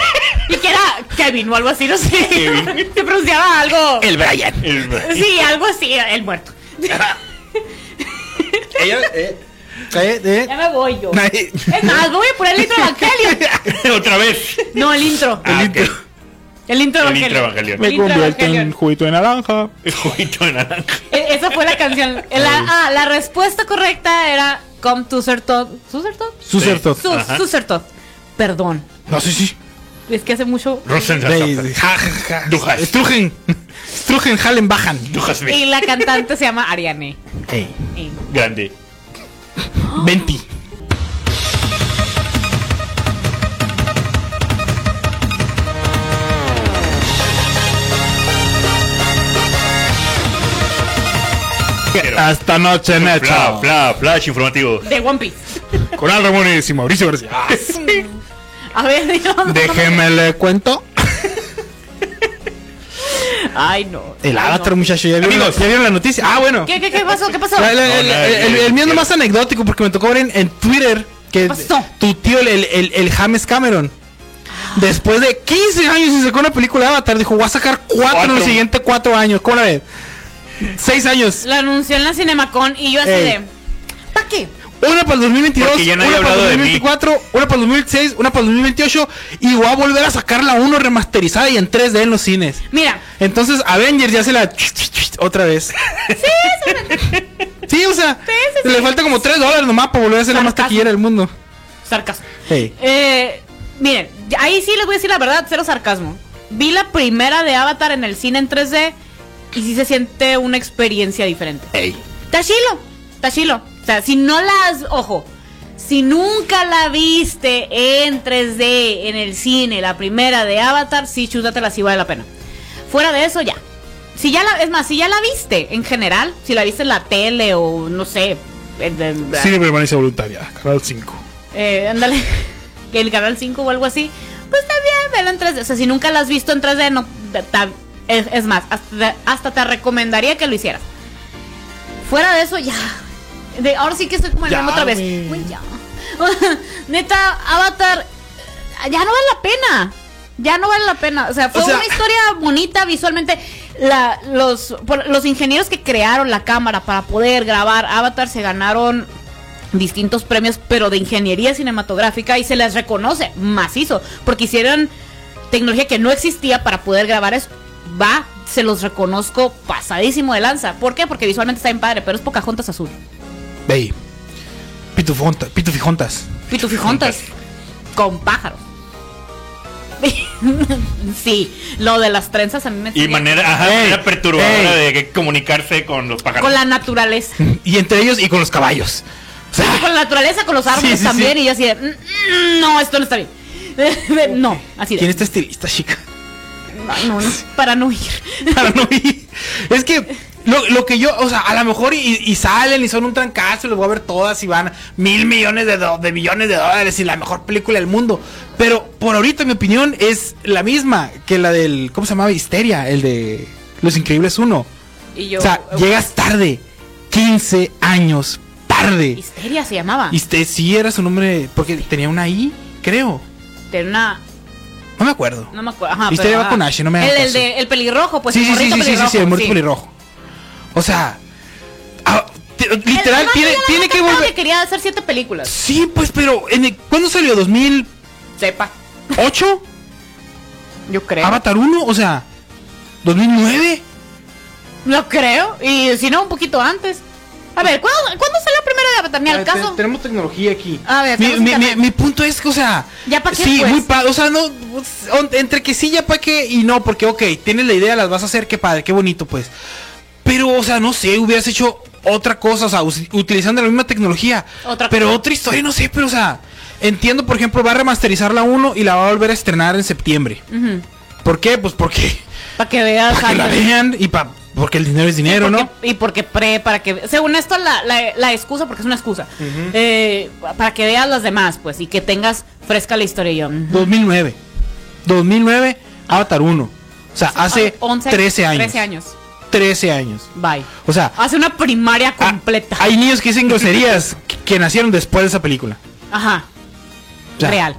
A: Y que era Kevin o algo así, no sé. Se pronunciaba algo.
D: el Brian.
C: El-
A: Sí, algo así, el muerto.
D: Eh, eh.
A: Ya me voy yo.
D: Nadie-
A: Es más, voy a poner el intro Evangelion.
C: Otra vez.
A: No, el intro.
C: Ah,
D: intro.
C: ok.
A: El intro
C: El
A: Evangelion.
C: intro Evangelion.
A: Me convierto en
D: juguito de naranja.
C: El juguito de naranja.
A: E- Esa fue la canción. La, ah, la respuesta correcta era Come to Sertot. ¿Susertot?
D: Su
C: Sí.
D: cerdo.
A: Su-
C: Ajá.
A: Susertot. Perdón.
D: No, sí, sí.
A: Es que hace mucho.
D: De- ja, ja, ja.
C: Dujas.
D: Strugen. Strugen, jalen, bajan.
A: Y la cantante se llama Ariane.
D: Hey.
A: Y-
C: Grande.
D: Venti.
C: Ah,
D: Hasta noche,
C: Fla,
D: Nacho.
C: fla, flash informativo.
A: De One Piece.
D: Coral Ramones y Mauricio García.
A: A ver, yo no-
D: Déjeme le cuento.
A: Ay, no.
D: El
A: Ay,
D: avatar,
A: no.
D: muchacho, ya vieron,
C: Amigos.
D: ya vieron la noticia. Ah, bueno.
A: ¿Qué, qué, qué pasó? ¿Qué pasó?
D: La- la- la-
C: No,
D: la-
C: la-
D: el, el-
C: la-
D: el mío es nomás anecdótico porque me tocó ver en, en Twitter que
A: pasó?
D: tu tío, el, el- el James Cameron, después de 15 años y sacó una película de Avatar, dijo: Voy a sacar 4 en los
C: Cuatro.
D: siguientes 4 años. ¿Cómo la ves? 6 años.
A: La anunció en la Cinemacon y yo así
D: Ey.
A: de. ¿Para qué?
D: Una para el 2022,
C: Porque ya nadie
D: una
C: ha
D: para el
C: hablado de mí.
D: 2024, una para el 2026, una para el 2028. Y voy a volver a sacar la 1 remasterizada y en 3D en los cines.
A: Mira,
D: Entonces Avengers ya se la otra vez. Sí, o sea,
A: sí,
D: le
A: sí.
D: falta como 3 dólares nomás para volver a ser la más
A: Sarcasmo.
D: taquillera del mundo.
A: sarcasmo.
D: Hey.
A: Eh, miren, ahí sí les voy a decir la verdad, cero sarcasmo. Vi la primera de Avatar en el cine en 3D y sí se siente una experiencia diferente. Está chilo, está chilo. O sea, si no la has, ojo, si nunca la viste en 3D en el cine, la primera de Avatar, sí, chútatela, sí vale la pena. Fuera de eso, ya. Si ya la, es más, si ya la viste en general, si la viste en la tele o no sé, en- en-
D: permanencia voluntaria, canal 5.
A: eh, ándale, que el canal 5 o algo así, pues está bien, vela en 3D. O sea, si nunca la has visto en 3D, no, ta- es, es más, hasta, hasta te recomendaría que lo hicieras. Fuera de eso, ya. De, ahora sí que estoy como en el
D: Ya,
A: meme otra vez.
D: güey.
A: Güey, ya. Neta, Avatar, ya no vale la pena. Ya no vale la pena. O sea, fue
D: O sea-
A: una historia bonita visualmente. La, los, por- los ingenieros que crearon la cámara para poder grabar Avatar se ganaron distintos premios, pero de ingeniería cinematográfica y se les reconoce macizo, porque hicieron tecnología que no existía para poder grabar eso. Va, se los reconozco pasadísimo de lanza. ¿Por qué? Porque visualmente está bien padre, pero es Pocahontas azul.
D: Hey. Pitufonta, pitufijontas.
A: Pitufijontas con pájaros. sí, lo de las trenzas a mí me
C: Y
A: tenía-
C: manera, ajá,
D: Ey,
C: manera perturbadora
D: ey.
C: de comunicarse con los pájaros.
A: con la naturaleza.
D: Y entre ellos y con los caballos. O sea,
A: con la naturaleza, con los árboles
D: Sí, sí,
A: también.
D: sí.
A: Y yo así de, "Mm, mm, no, esto no está bien. no, así de.
D: ¿quién está estilista, chica?
A: Ay, no, no, para no ir.
D: Para no ir. Es que lo, lo que yo, o sea, a lo mejor y, y salen y son un trancazo, y los voy a ver todas y van a mil millones de, do- de millones de dólares y la mejor película del mundo. Pero por ahorita mi opinión es la misma que la del, ¿cómo se llamaba? Histeria, el de Los Increíbles 1.
A: Y yo.
D: o sea,
A: eh,
D: llegas tarde, 15 años tarde.
A: Histeria se llamaba.
D: Y este sí era su nombre, porque tenía una I, creo.
A: Tenía una.
D: No me acuerdo.
A: No me acuerdo. Ajá,
D: Histeria va
A: ajá.
D: con H, no me hagan
A: el, el
D: caso.
A: de El pelirrojo, pues.
D: sí,
A: el
D: sí, sí,
A: morrito
D: sí, sí, sí, sí, el
A: pelirrojo,
D: muerto pelirrojo. O sea, ah, te- literal,
A: Además,
D: tiene,
A: ella
D: tiene
A: había
D: que
A: cantado
D: volver.
A: quería hacer siete películas.
D: Sí, pues, pero en el- ¿cuándo salió? ¿2008?
A: Sepa. Yo creo.
D: ¿Avatar 1? O sea, ¿2009?
A: Lo creo. Y si no, un poquito antes. A ver, ¿cuándo, ¿cuándo salió la primera de Avatar? Ni al caso.
D: tenemos tecnología aquí.
A: A ver,
D: mi,
A: tenemos
D: mi-
A: internet.
D: mi- mi punto es que, o sea,
A: ¿Ya pa' qué,
D: sí,
A: pues?
D: muy padre. O sea, no, pues, on- entre que sí, ya para qué y no, porque, ok, tienes la idea, las vas a hacer, qué padre, qué bonito, pues. Pero, o sea, no sé, hubieras hecho otra cosa, o sea, us- utilizando la misma tecnología.
A: Otra
D: pero
A: cosa.
D: otra historia, no sé, pero, o sea, entiendo, por ejemplo, va a remasterizar la 1 y la va a volver a estrenar en septiembre. ¿Por qué? Pues porque
A: Para que veas
D: para que la
A: antes.
D: vean y para. Porque el dinero es
A: Y
D: dinero,
A: porque-
D: ¿no?
A: Y porque pre, para que. Según esto, la, la- la excusa, porque es una excusa. eh, para que veas las demás, pues, y que tengas fresca la historia. Y yo, ujú.
D: 2009. 2009, Avatar 1. O sea, hace
A: Ah, 11,
D: 13 años.
A: 13 años.
D: 13 años.
A: Bye.
D: O sea,
A: Hace una primaria
D: ah,
A: completa.
D: hay niños que dicen groserías que, que nacieron después de esa película.
A: Ajá.
D: O sea,
A: Real.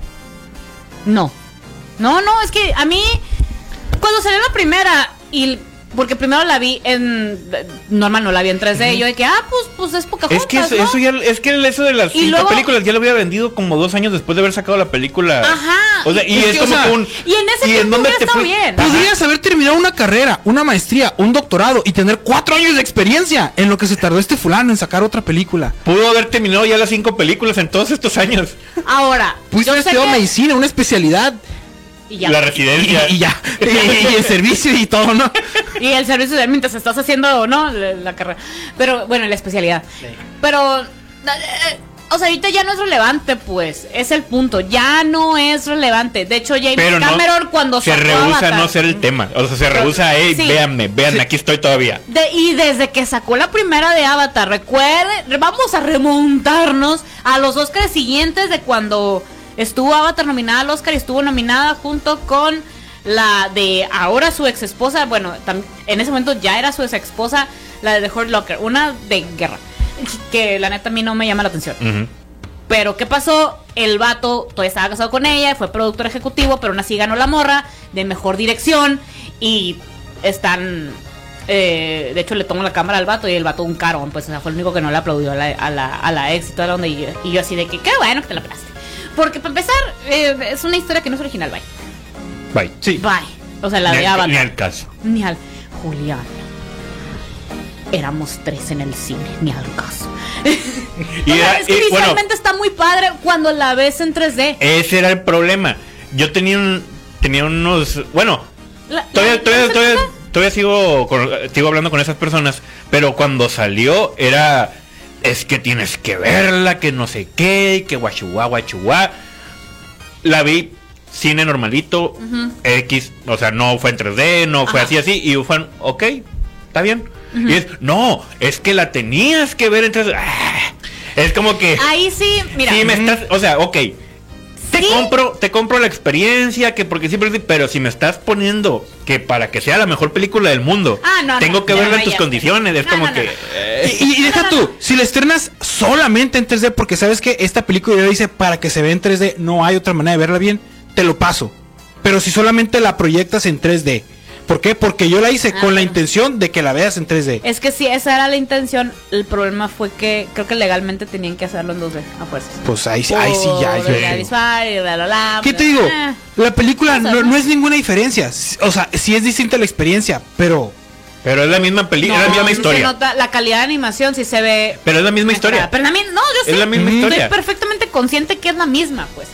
A: No. No, no, es que a mí. Cuando salió la primera. Y. Porque primero la vi en. Normal, no la vi en 3D. Y yo de que, ah, pues, pues es poca
C: Es que eso, eso ya, es que el eso de las
A: Y
C: cinco
A: luego-
C: películas ya lo había vendido como dos años después de haber sacado la película.
A: Ajá.
C: O sea, y
D: Es
C: es,
D: que, o
C: como
D: sea,
C: un.
A: y en ese tiempo
C: dónde
A: hubiera
C: te
A: estado
C: fue-
A: bien.
C: Ajá.
D: Podrías haber terminado una carrera, una maestría, un doctorado y tener cuatro años de experiencia en lo que se tardó este fulano en sacar otra película.
C: Pudo haber terminado ya las cinco películas en todos estos años.
A: Ahora. yo
D: Pudiste
C: pues
D: haber
A: sé
D: estudiado
A: que-
D: medicina, una especialidad.
A: Y ya.
C: la
D: Y,
C: residencia.
D: y ya. Y, y el servicio y todo, ¿no?
A: Y el servicio social mientras estás haciendo, ¿no? La, la carrera. Pero bueno, la especialidad. Pero, eh, o sea, ahorita ya no es relevante, pues. Es el punto. Ya no es relevante. De hecho, James
C: Pero no,
A: Cameron cuando
C: se
A: sacó
C: rehúsa
A: Avatar-
C: a no ser el tema. O sea, se
A: Pero-
C: rehúsa, hey,
A: sí.
C: véanme, véanme, aquí estoy todavía.
A: De- y desde que sacó la primera de Avatar, recuerde, vamos a remontarnos a los Oscars siguientes de cuando estuvo Avatar nominada al Oscar y estuvo nominada junto con la de ahora su ex esposa, bueno, tam- en ese momento ya era su ex esposa, la de The Hurt Locker, una de guerra, que la neta a mí no me llama la atención.
C: Ujú.
A: Pero ¿qué pasó? El vato todavía estaba casado con ella, fue productor ejecutivo, pero aún así ganó la morra de mejor dirección y están... eh, de hecho le tomo la cámara al vato y el vato un carón, pues o sea, fue el único que no le aplaudió a la, a la, a la ex y toda la onda y yo, y yo así de que qué bueno que te la aplaste. Porque para empezar, eh, es una historia que no es original, bye.
C: Bye. Sí.
A: Bye. O sea, la
C: ni,
A: de
C: al, ni
A: Avatar.
C: al caso.
A: Ni al Julián. Éramos tres en el cine, ni al caso.
C: Y
A: O sea,
C: era-
A: es que
C: y, bueno,
A: visualmente está muy padre cuando la ves en 3D.
C: ese era el problema. Yo tenía un, tenía unos, bueno,
A: La-
C: todavía,
A: la-
C: todavía,
A: la-
C: todavía, todavía sigo, con- sigo hablando con esas personas, pero cuando salió era, es que tienes que verla, que no sé qué, que guachuá, guachuá. La vi cine normalito, X, o sea, no fue en 3D, no fue
A: Ajá.
C: así, así, y fue, ok, está bien. Y es, no, es que la tenías que ver en 3D. Ah, es como que...
A: Ahí sí, mira.
C: Sí, me estás, o sea, ok. Te
A: Sí.
C: compro, te compro la experiencia, que porque siempre, pero si me estás poniendo que para que sea la mejor película del mundo,
A: Ah, no, no,
C: tengo que
A: ya,
C: verla en
A: ya,
C: tus
A: ya.
C: condiciones, es
A: No,
C: como
A: no, no,
C: que
A: no.
C: eh,
D: Y, y- y deja tú, si la estrenas solamente en 3D, porque sabes que esta película yo dice para que se vea en 3D, no hay otra manera de verla bien, te lo paso. Pero si solamente la proyectas en 3D, ¿por qué? Porque yo la hice
A: Ah, Eh,
D: con la
A: bueno.
D: intención de que la veas en 3D.
A: Es que sí, esa era la intención. El problema fue que creo que legalmente tenían que hacerlo en 2D, a fuerzas.
D: Pues ahí, sí- ahí sí ya.
A: Por
D: yo
A: la
D: digo.
A: visual Ah. y bla, bla, bla,
D: ¿Qué
A: bla,
D: te digo?
A: bla.
D: La película
A: Pasa,
D: no,
A: ¿no?
D: no es ninguna diferencia. S- O sea, sí es distinta la experiencia, pero
C: pero es la misma película, es
A: No, Ah,
C: la misma
A: sí se
C: historia.
A: nota- la calidad de animación sí se ve.
C: Pero es la misma
A: mejorada.
C: historia.
A: Pero también, no, yo sé.
C: Es la misma
A: estoy
C: historia.
A: perfectamente consciente que es la misma, pues.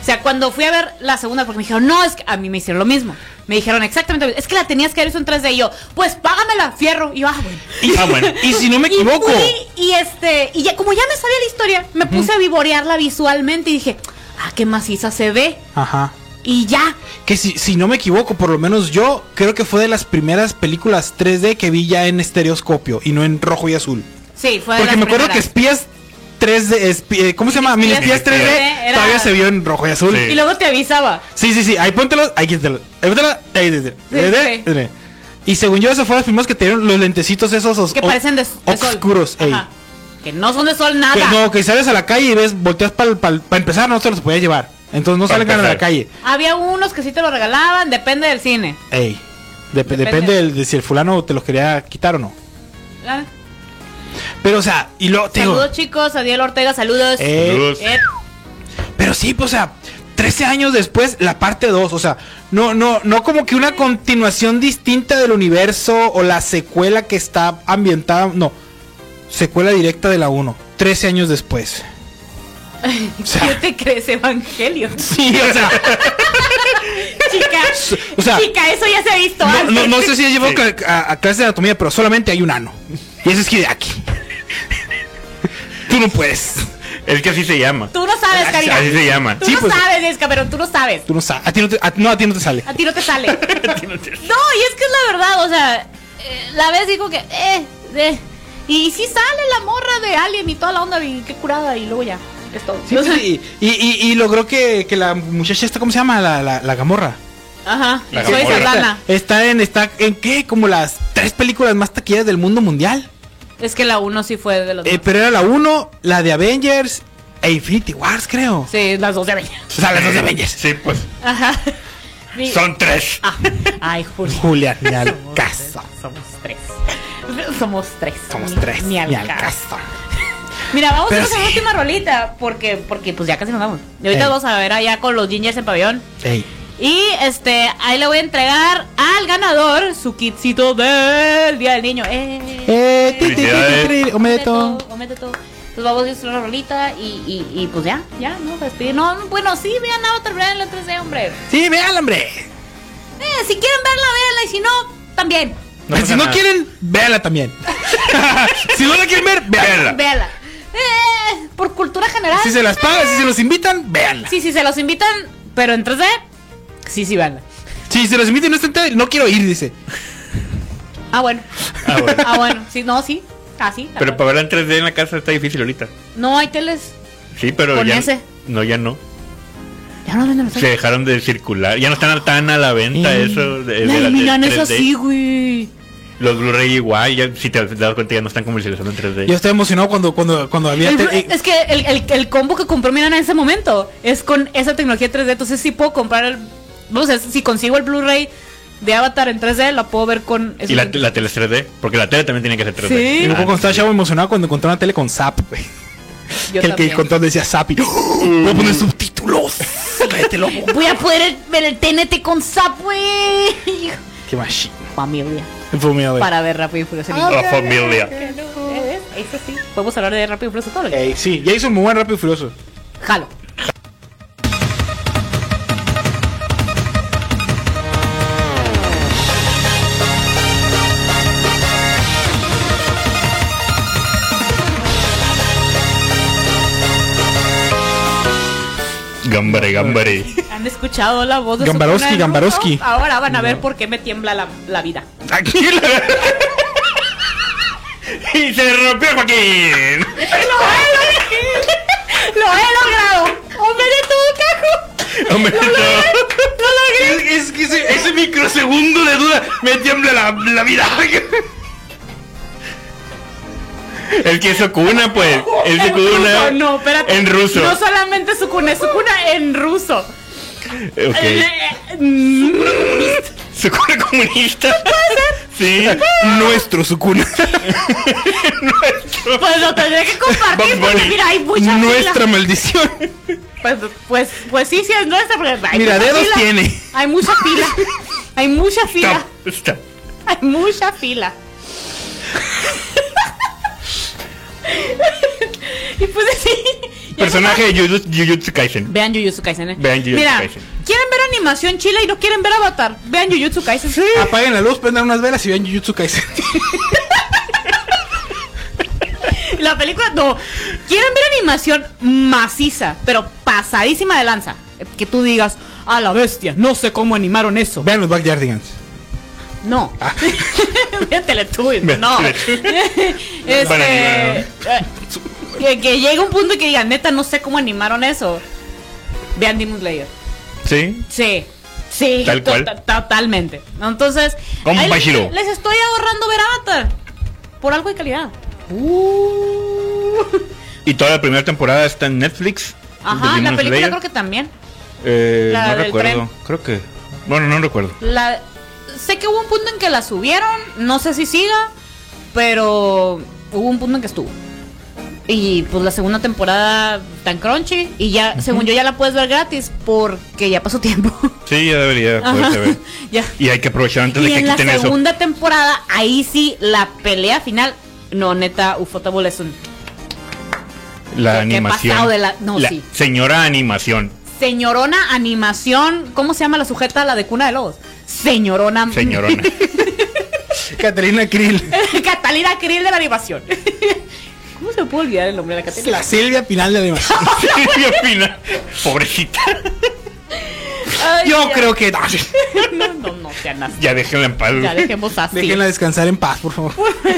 A: O sea, cuando fui a ver la segunda, porque me dijeron, no, es que a mí me hicieron lo mismo. Me dijeron exactamente, lo mismo. es que la tenías que ver eso en 3D. Y yo, pues págamela, fierro. Y yo, ah, bueno.
C: Ah, bueno.
D: y si no me equivoco,
A: Y fui, y este, y ya, como ya me sabía la historia, me puse a vivorearla visualmente y dije, ah, qué maciza se ve.
D: ajá.
A: Y ya.
D: Que si, si no me equivoco, por lo menos yo creo que fue de las primeras películas 3D que vi ya en estereoscopio y no en rojo y azul.
A: Sí, fue de
D: Porque
A: las
D: me acuerdo que
A: primeras.
D: espías 3D, espi- eh, ¿cómo se llama? Mini
A: Espías
D: espías 3D,
A: 3D era-
D: todavía se vio en rojo y azul.
C: Sí.
A: Y luego te avisaba.
D: Sí, sí, sí, ahí póntelo, ahí quítalo. Ahí póntelo, ahí, ahí, ahí,
A: Sí,
D: ahí,
A: sí.
D: ahí. Y según yo, esos fueron los primeros que te dieron los lentecitos esos os-
A: Que
D: eh, o-
A: parecen de, de sol.
D: oscuros. ey.
A: Ajá. Que no son de sol nada.
D: Que, no, que sales a la calle y ves, volteas para empezar, no te los podías llevar. Entonces no
C: Pa'
D: salgan a la
C: empezar.
D: calle.
A: Había unos que sí te lo regalaban, depende del cine.
D: Ey, dep- depende,
A: Depende.
D: del- de si el fulano te los quería quitar o no.
A: Ah,
D: Pero, o sea, y luego te digo,
A: Saludos chicos, Adiel Ortega, saludos.
D: Eh.
C: Saludos.
A: Eh,
D: Pero sí, pues, o sea, 13 años después, la parte 2, o sea, no, no, no como que una continuación distinta del universo o la secuela que está ambientada, no, secuela directa de la 1, 13 años después. O
A: ¿Qué
D: sea,
A: te crees, Evangelio?
D: sí, o sea,
A: Chica,
D: O sea,
A: chica, eso ya se ha visto
D: no,
A: antes.
D: no- no sé si ya llevo
C: Sí.
D: ca- a, a clase de anatomía, pero solamente hay un ano. Y eso es Hideaki. Tú no puedes.
C: Es que así se llama.
A: Tú no sabes, Karina.
C: Así se llama.
A: Tú
D: Sí,
A: no
D: pues.
A: sabes, Jessica, pero tú no sabes.
D: Tú no sabes. A ti no te, a- no, a ti no te sale.
A: A ti no te sale. no, y es que es la verdad, o sea, eh, la vez digo que, eh, eh, y sí sale la morra de Alien y toda la onda, y qué curada, y luego ya, es todo.
D: Sí, sí, y, y- y logró que, que la muchacha esta, ¿cómo se llama? La, la, la gamorra.
A: Ajá,
C: La
A: soy
C: Gamora.
A: Saldana.
D: Está en, está en qué, como las tres películas más taquilleras del mundo mundial.
A: Es que la 1 sí fue de los
D: Eh,
A: más.
D: pero era la 1, la de Avengers e Infinity Wars, creo.
A: Sí, las dos de Avengers.
D: O sea, las dos de Avengers.
C: Sí, pues.
A: Ajá. Mi-
C: Son tres.
A: Ah, ay, Julio.
D: Julia, ni al caso.
A: Somos tres. Somos tres.
D: Somos
A: Ni-
D: tres.
A: Ni al caso.
D: caso.
A: Mira, vamos
D: Pero
A: a hacer
D: sí.
A: la última rolita. Porque, porque pues ya casi nos vamos. Y ahorita
D: Ey.
A: vamos a ver allá con los gingers en pabellón.
D: Ey,
A: Y este, ahí le voy a entregar al ganador su kitcito del Día del Niño. Eh.
D: Eh, ti, ti, ti, ti,
C: Felicidades.
D: tri, ometo.
A: Ometo, ometo. Entonces vamos a ir una rolita y, y, y pues ya, ya, ¿no? Despedir. No, no, bueno, sí, vean Avatar, vean la 3D, hombre.
D: Sí, vean, hombre.
A: Eh, si quieren verla, véanla y si no, también.
C: No
D: si
C: pasa
D: no
C: nada.
D: quieren, véanla también.
A: Ah,
D: si no la quieren ver, véanla.
A: Véanla. Eh, por cultura general.
D: Si se las pagan, si se los invitan, véanla.
A: Sí, sí, se los invitan, pero en 3D, sí, sí, véanla.
D: Si se los invitan y no están no quiero ir, dice.
A: Ah, bueno.
C: Ah, bueno.
A: Ah, bueno. Sí, no, sí. Ah, sí. la
C: Pero
A: verdad.
C: para ver en 3D en la casa está difícil ahorita.
A: No, hay teles.
C: Sí, pero
A: Con
C: ya.
A: ese.
C: No, ya no.
A: Ya no venden los
C: Se dejaron de circular. Ya no están tan a la venta
D: Eh.
C: eso. de- de
A: La
C: la- de
A: eliminan es
C: 3D.
A: así, güey.
C: Los Blu-ray igual. Ya, si te has dado cuenta, ya no están comercializando en 3D.
D: Yo estaba emocionado cuando, cuando, cuando había.
A: El-
D: te- eh,
A: es que el, el- el combo que compró Miran en ese momento es con esa tecnología 3D. Entonces, sí puedo comprar el. Vamos a ver, si consigo el Blu-ray de Avatar en 3D, la puedo ver con.
C: y la, la tele es 3D. Porque la tele también tiene que ser 3D.
A: Sí.
D: y me
C: Ah,
D: acuerdo cuando estaba chavo emocionado cuando encontré una tele con Zap, güey.
A: Yo
D: Que el que
A: también.
D: control decía Zap y. "¡Oh! Voy a poner subtítulos. Cállate, loco.
A: Voy a poder ver el TNT con Zap, güey.
D: Qué machine.
A: Familia.
D: Fue miedo, güey.
A: Para ver Rápido y Furioso. en
C: La
A: inglés.
C: Ah. Oh, familia.
A: Eh, Ah, Eso sí. Podemos hablar de Rápido y Furioso todo el día.
D: Eh, sí, ya hizo muy buen rápido y furioso.
A: Jalo.
C: Gambare, gambare.
A: ¿Han escuchado la voz de
D: Gambarovsky,
A: Superman?
D: Gambarovsky.
A: No, Ahora van a ver por qué me tiembla la, la vida.
C: Aquí la- y se rompió Joaquín.
A: ¡Lo he logrado! ¡Lo he logrado! ¡Hombre de todo cajo!
C: Hombre, no.
A: ¡Lo logré!
C: Es que ese, ese microsegundo de duda me tiembla la, la vida. El que es Sukuna, pues. El
A: En ruso,
C: Sukuna.
A: no, espérate.
C: En ruso.
A: No solamente Sukuna, es Sukuna en ruso. Eh,
C: Ok.
A: eh, mm,
C: Sukuna comunista. Sí.
D: Nuestro Sukuna.
A: pues lo tendré que
C: Bugs
A: compartir
C: Bunny.
A: porque mira, hay mucha
D: Nuestra
A: fila.
D: maldición.
A: Pues, pues, pues sí, sí es nuestra. Porque hay
D: Mira,
A: mucha
D: dedos
A: fila.
D: tiene.
A: Hay mucha fila. Hay mucha fila.
C: Stop. Stop.
A: Hay mucha fila. y pues así.
C: Personaje de Jujutsu- Jujutsu Kaisen.
A: Vean Jujutsu Kaisen. eh.
C: Vean Jujutsu
A: Mira,
C: Kaisen.
A: quieren ver animación chila y no quieren ver Avatar. Vean Jujutsu Kaisen. Ah,
D: Apaguen la luz, prendan unas velas y vean Jujutsu Kaisen.
A: La película no. Quieren ver animación maciza, pero pasadísima de lanza. Eh, Que tú digas, a la bestia, no sé cómo animaron eso.
D: Vean los Backyardigans.
A: No.
C: Ah.
A: Vean Teletubbies,
C: Vean
A: no. Este,
C: Para animar.
A: eh, que, que llegue un punto y que digan, neta, no sé cómo animaron eso. Vean Demon Slayer.
C: Sí.
A: Sí, sí,
C: Tal
A: to-
C: cual.
A: to- totalmente. Entonces,
C: Con
A: ahí les,
C: Bashiro.
A: les estoy ahorrando ver Avatar por algo de calidad.
C: Uh. Y toda la primera temporada está en Netflix.
A: Ajá,
C: de
A: la
C: Demon
A: película
C: Slayer.
A: creo que también.
C: Eh,
A: la
C: no
A: del
C: recuerdo.
A: tren.
C: Creo que. Bueno, no recuerdo.
A: La sé que hubo un punto en que la subieron, no sé si siga, pero hubo un punto en que estuvo. Y pues la segunda temporada tan crunchy y ya, según yo ya la puedes ver gratis porque ya pasó tiempo.
C: Sí, ya debería poderse
A: Ajá,
C: ver.
A: ya.
C: Y hay que aprovechar antes de
A: Y
C: que
A: en la
C: quiten eso.
A: segunda temporada, ahí sí, la pelea final. No, neta, Ufotable es un
C: La
A: qué pasado
C: animación.
A: de la- no, sí.
C: Señora animación.
A: señorona animación. ¿Cómo se llama la sujeta? La de Cuna de Lobos. Señorona.
C: Señorona.
D: Catalina Krill.
A: Catalina Krill de la animación. ¿Cómo se puede olvidar el nombre de la Catalina?
D: La Silvia Pinal de la animación.
C: Silvia Pinal. Pobrecita.
A: Ay,
D: Yo
A: ya.
D: creo que. No,
A: No, no, no, sean así.
C: Ya déjenla en paz.
A: Ya dejemos así.
D: Déjenla descansar en paz, por favor.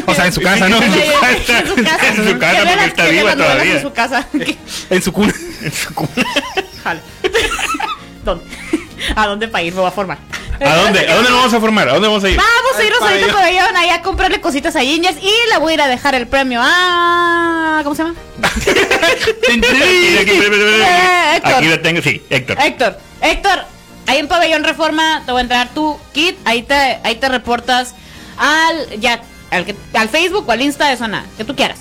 D: O sea, en su casa, ¿no?
C: en
A: Sí,
C: su
A: en
C: casa,
A: su casa.
C: en su casa,
A: Que vea
C: porque
A: las-
C: está
A: que vea
C: viva
A: las novelas
C: todavía.
A: En su casa. Que-
D: En su cuna.
A: Jalo. ¿Dónde? ¿A dónde para ir? Me voy a formar.
C: ¿A dónde? ¿A dónde nos vamos a formar? ¿A dónde vamos a ir?
A: Vamos a
D: Ay,
A: irnos
D: para
A: ahorita
D: allá.
A: con ella ahí a comprarle cositas a Gingers y le voy a ir a dejar el premio a. ¿Cómo se llama? Eh, Héctor.
C: Aquí la tengo, sí, Héctor.
A: Héctor. Héctor, ahí en Pabellón Reforma te voy a entregar tu kit. Ahí te, ahí te reportas al ya al, que- al Facebook o al Insta de Zona, que tú quieras.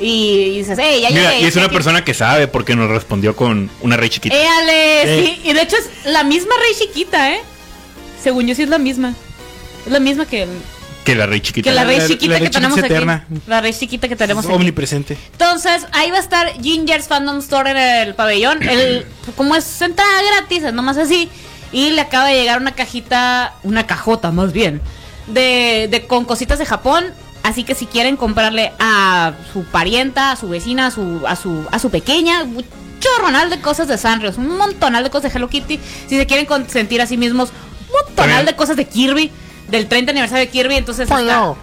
A: Y, y dices, hey, ya
C: Mira,
A: llegué,
C: y es
A: ya estoy
C: una
A: aquí".
C: persona que sabe porque nos respondió con una rey chiquita.
A: Éale,
D: Eh.
A: sí. Y de hecho es la misma rey chiquita, ¿eh? Según yo sí es la misma. Es la misma que...
C: Que la rey chiquita.
A: Que la rey
D: La- la
A: chiquita
D: rey
A: que tenemos
D: chiquita eterna.
A: aquí. La rey chiquita que tenemos aquí.
D: Omnipresente.
A: Entonces, ahí va a estar Ginger's Fandom Store en el pabellón. El, como es entrada gratis, es nomás así. Y le acaba de llegar una cajita, una cajota más bien, de, de- con cositas de Japón. Así que si quieren comprarle a su parienta, a su vecina, a su, a su, a su pequeña, un chorronal de cosas de Sanrio, un montonal de cosas de Hello Kitty. Si se quieren consentir a sí mismos, un montonal
C: También.
A: de cosas de Kirby, del 30 aniversario de Kirby. Entonces, está,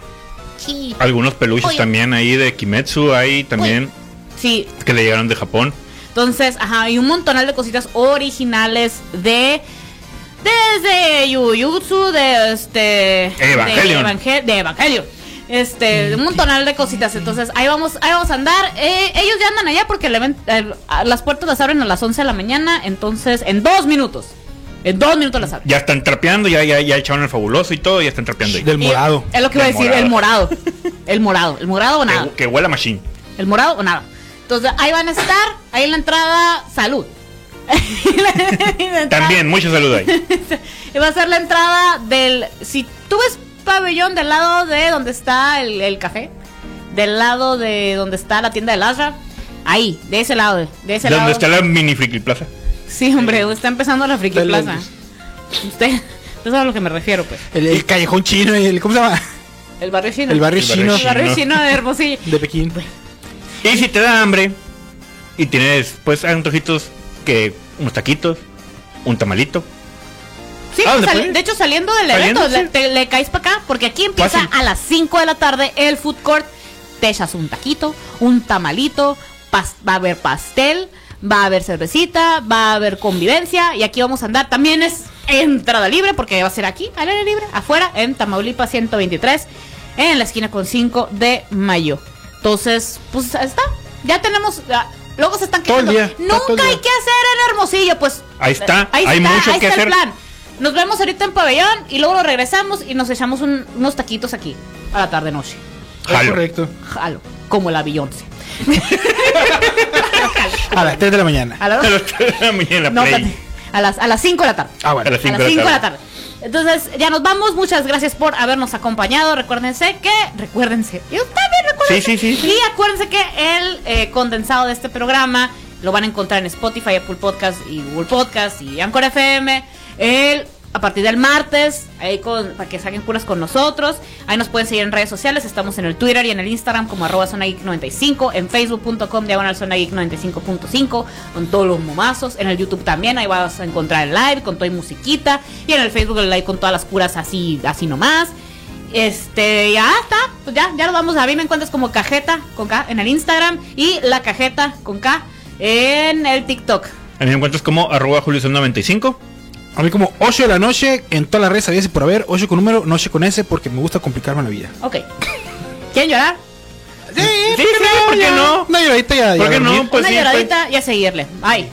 C: Algunos peluches también ahí de Kimetsu, ahí también,
A: sí,
C: que le llegaron de Japón.
A: Entonces, ajá, y un montonal de cositas originales de. Desde Yuyutsu, de este.
C: Evangelion.
A: De, Evangel- de Evangelion. Este, un montonal de cositas. Entonces, ahí vamos, ahí vamos a andar. Eh, ellos ya andan allá porque el event- el- a- las puertas las abren a las 11 de la mañana. Entonces, en dos minutos. En dos minutos las abren.
C: Ya están trapeando, ya, ya, ya echaron el fabuloso y todo, ya están trapeando ahí.
D: Del
A: Y
D: morado.
A: Es lo que iba a
C: Del
A: decir, el morado. El morado. El morado o nada.
C: Que, que huela machine.
A: El morado o nada. Entonces, ahí van a estar. Ahí en la entrada, salud. En la entrada-
C: También, mucho saludo ahí.
A: Va a ser la entrada del. Si tú ves pabellón del lado de donde está el, el café, del lado de donde está la tienda de Lazra, ahí, de ese lado, de ese lado.
C: Donde está la mini friki plaza.
A: Sí, hombre, está empezando la Friki
D: Del-
A: Plaza. Usted, usted sabe a lo que me refiero, pues.
D: El, el callejón chino, el, ¿cómo se llama?
A: El barrio chino.
D: El barrio
C: El
D: chino
C: barrio
A: El barrio chino de Hermosillo.
D: de Pekín.
A: Pues,
C: Y si te da hambre y tienes, pues, antojitos que unos taquitos, un tamalito.
A: Sí,
C: Ah, ¿dónde
A: sali-
D: pues.
C: puede?
A: de hecho saliendo del
C: Saliendo,
A: evento,
C: sí.
A: le, te- le caes para acá, porque aquí empieza
C: Fácil.
A: a las 5 de la tarde el food court. Te echas un taquito, un tamalito, pas- va a haber pastel, va a haber cervecita, va a haber convivencia y aquí vamos a andar. También es entrada libre, porque va a ser aquí, al aire libre, afuera, en Tamaulipas 123, en la esquina con 5 de mayo. Entonces, pues ahí está, ya tenemos... ah, Luego se están
D: Todo el
A: quejando.
D: día, está todo el
A: Nunca hay
D: día.
A: que hacer en Hermosillo, pues
C: Ahí está,
A: Ahí
C: hay
A: está,
C: mucho
A: ahí
C: que
A: está el
C: hacer.
A: plan. Nos vemos ahorita en pabellón y luego lo regresamos y nos echamos un- unos taquitos aquí a la tarde noche.
D: Es
C: Jalo.
D: correcto.
A: Jalo, como la Beyoncé.
D: A las 3 de la mañana.
A: A la-
C: A las tres de la mañana en la
A: no,
C: Play.
A: espérate, a las a las 5 de la tarde.
D: Ah,
C: A
D: bueno.
C: las
A: a
C: cinco
A: las 5 de la tarde. Entonces, ya nos vamos. Muchas gracias por habernos acompañado. Recuérdense que. Recuérdense. Yo también recuérdense.
C: Sí, sí, sí, sí.
A: Y acuérdense que el eh, condensado de este programa lo van a encontrar en Spotify, Apple Podcast y Google Podcast y Anchor FM. El. A partir del martes, ahí con, para que saquen curas con nosotros. Ahí nos pueden seguir en redes sociales. Estamos en el Twitter y en el Instagram como arroba zona geek 95, en facebook.com diagonal zona geek 95.5, con todos los momazos. En el YouTube también, ahí vas a encontrar el live con toda y musiquita. Y en el Facebook el live con todas las curas así, así nomás. Este, ya está, pues ya, ya lo vamos a mí me encuentras como cajeta con K en el Instagram y la cajeta con K en el TikTok.
C: A mí me encuentras como arroba julioson95.
D: A mí como 8 de la noche, en todas las redes sabías y por haber, 8 con número, noche con S, porque me gusta complicarme la vida.
A: Ok. ¿Quieren llorar?
D: Sí,
C: sí, ¿por qué no?
D: No, yo ahorita ya... ya
C: ¿Por qué
D: dormí.
C: no? Pues
A: Una
C: sí,
A: lloradita y a seguirle. Bye.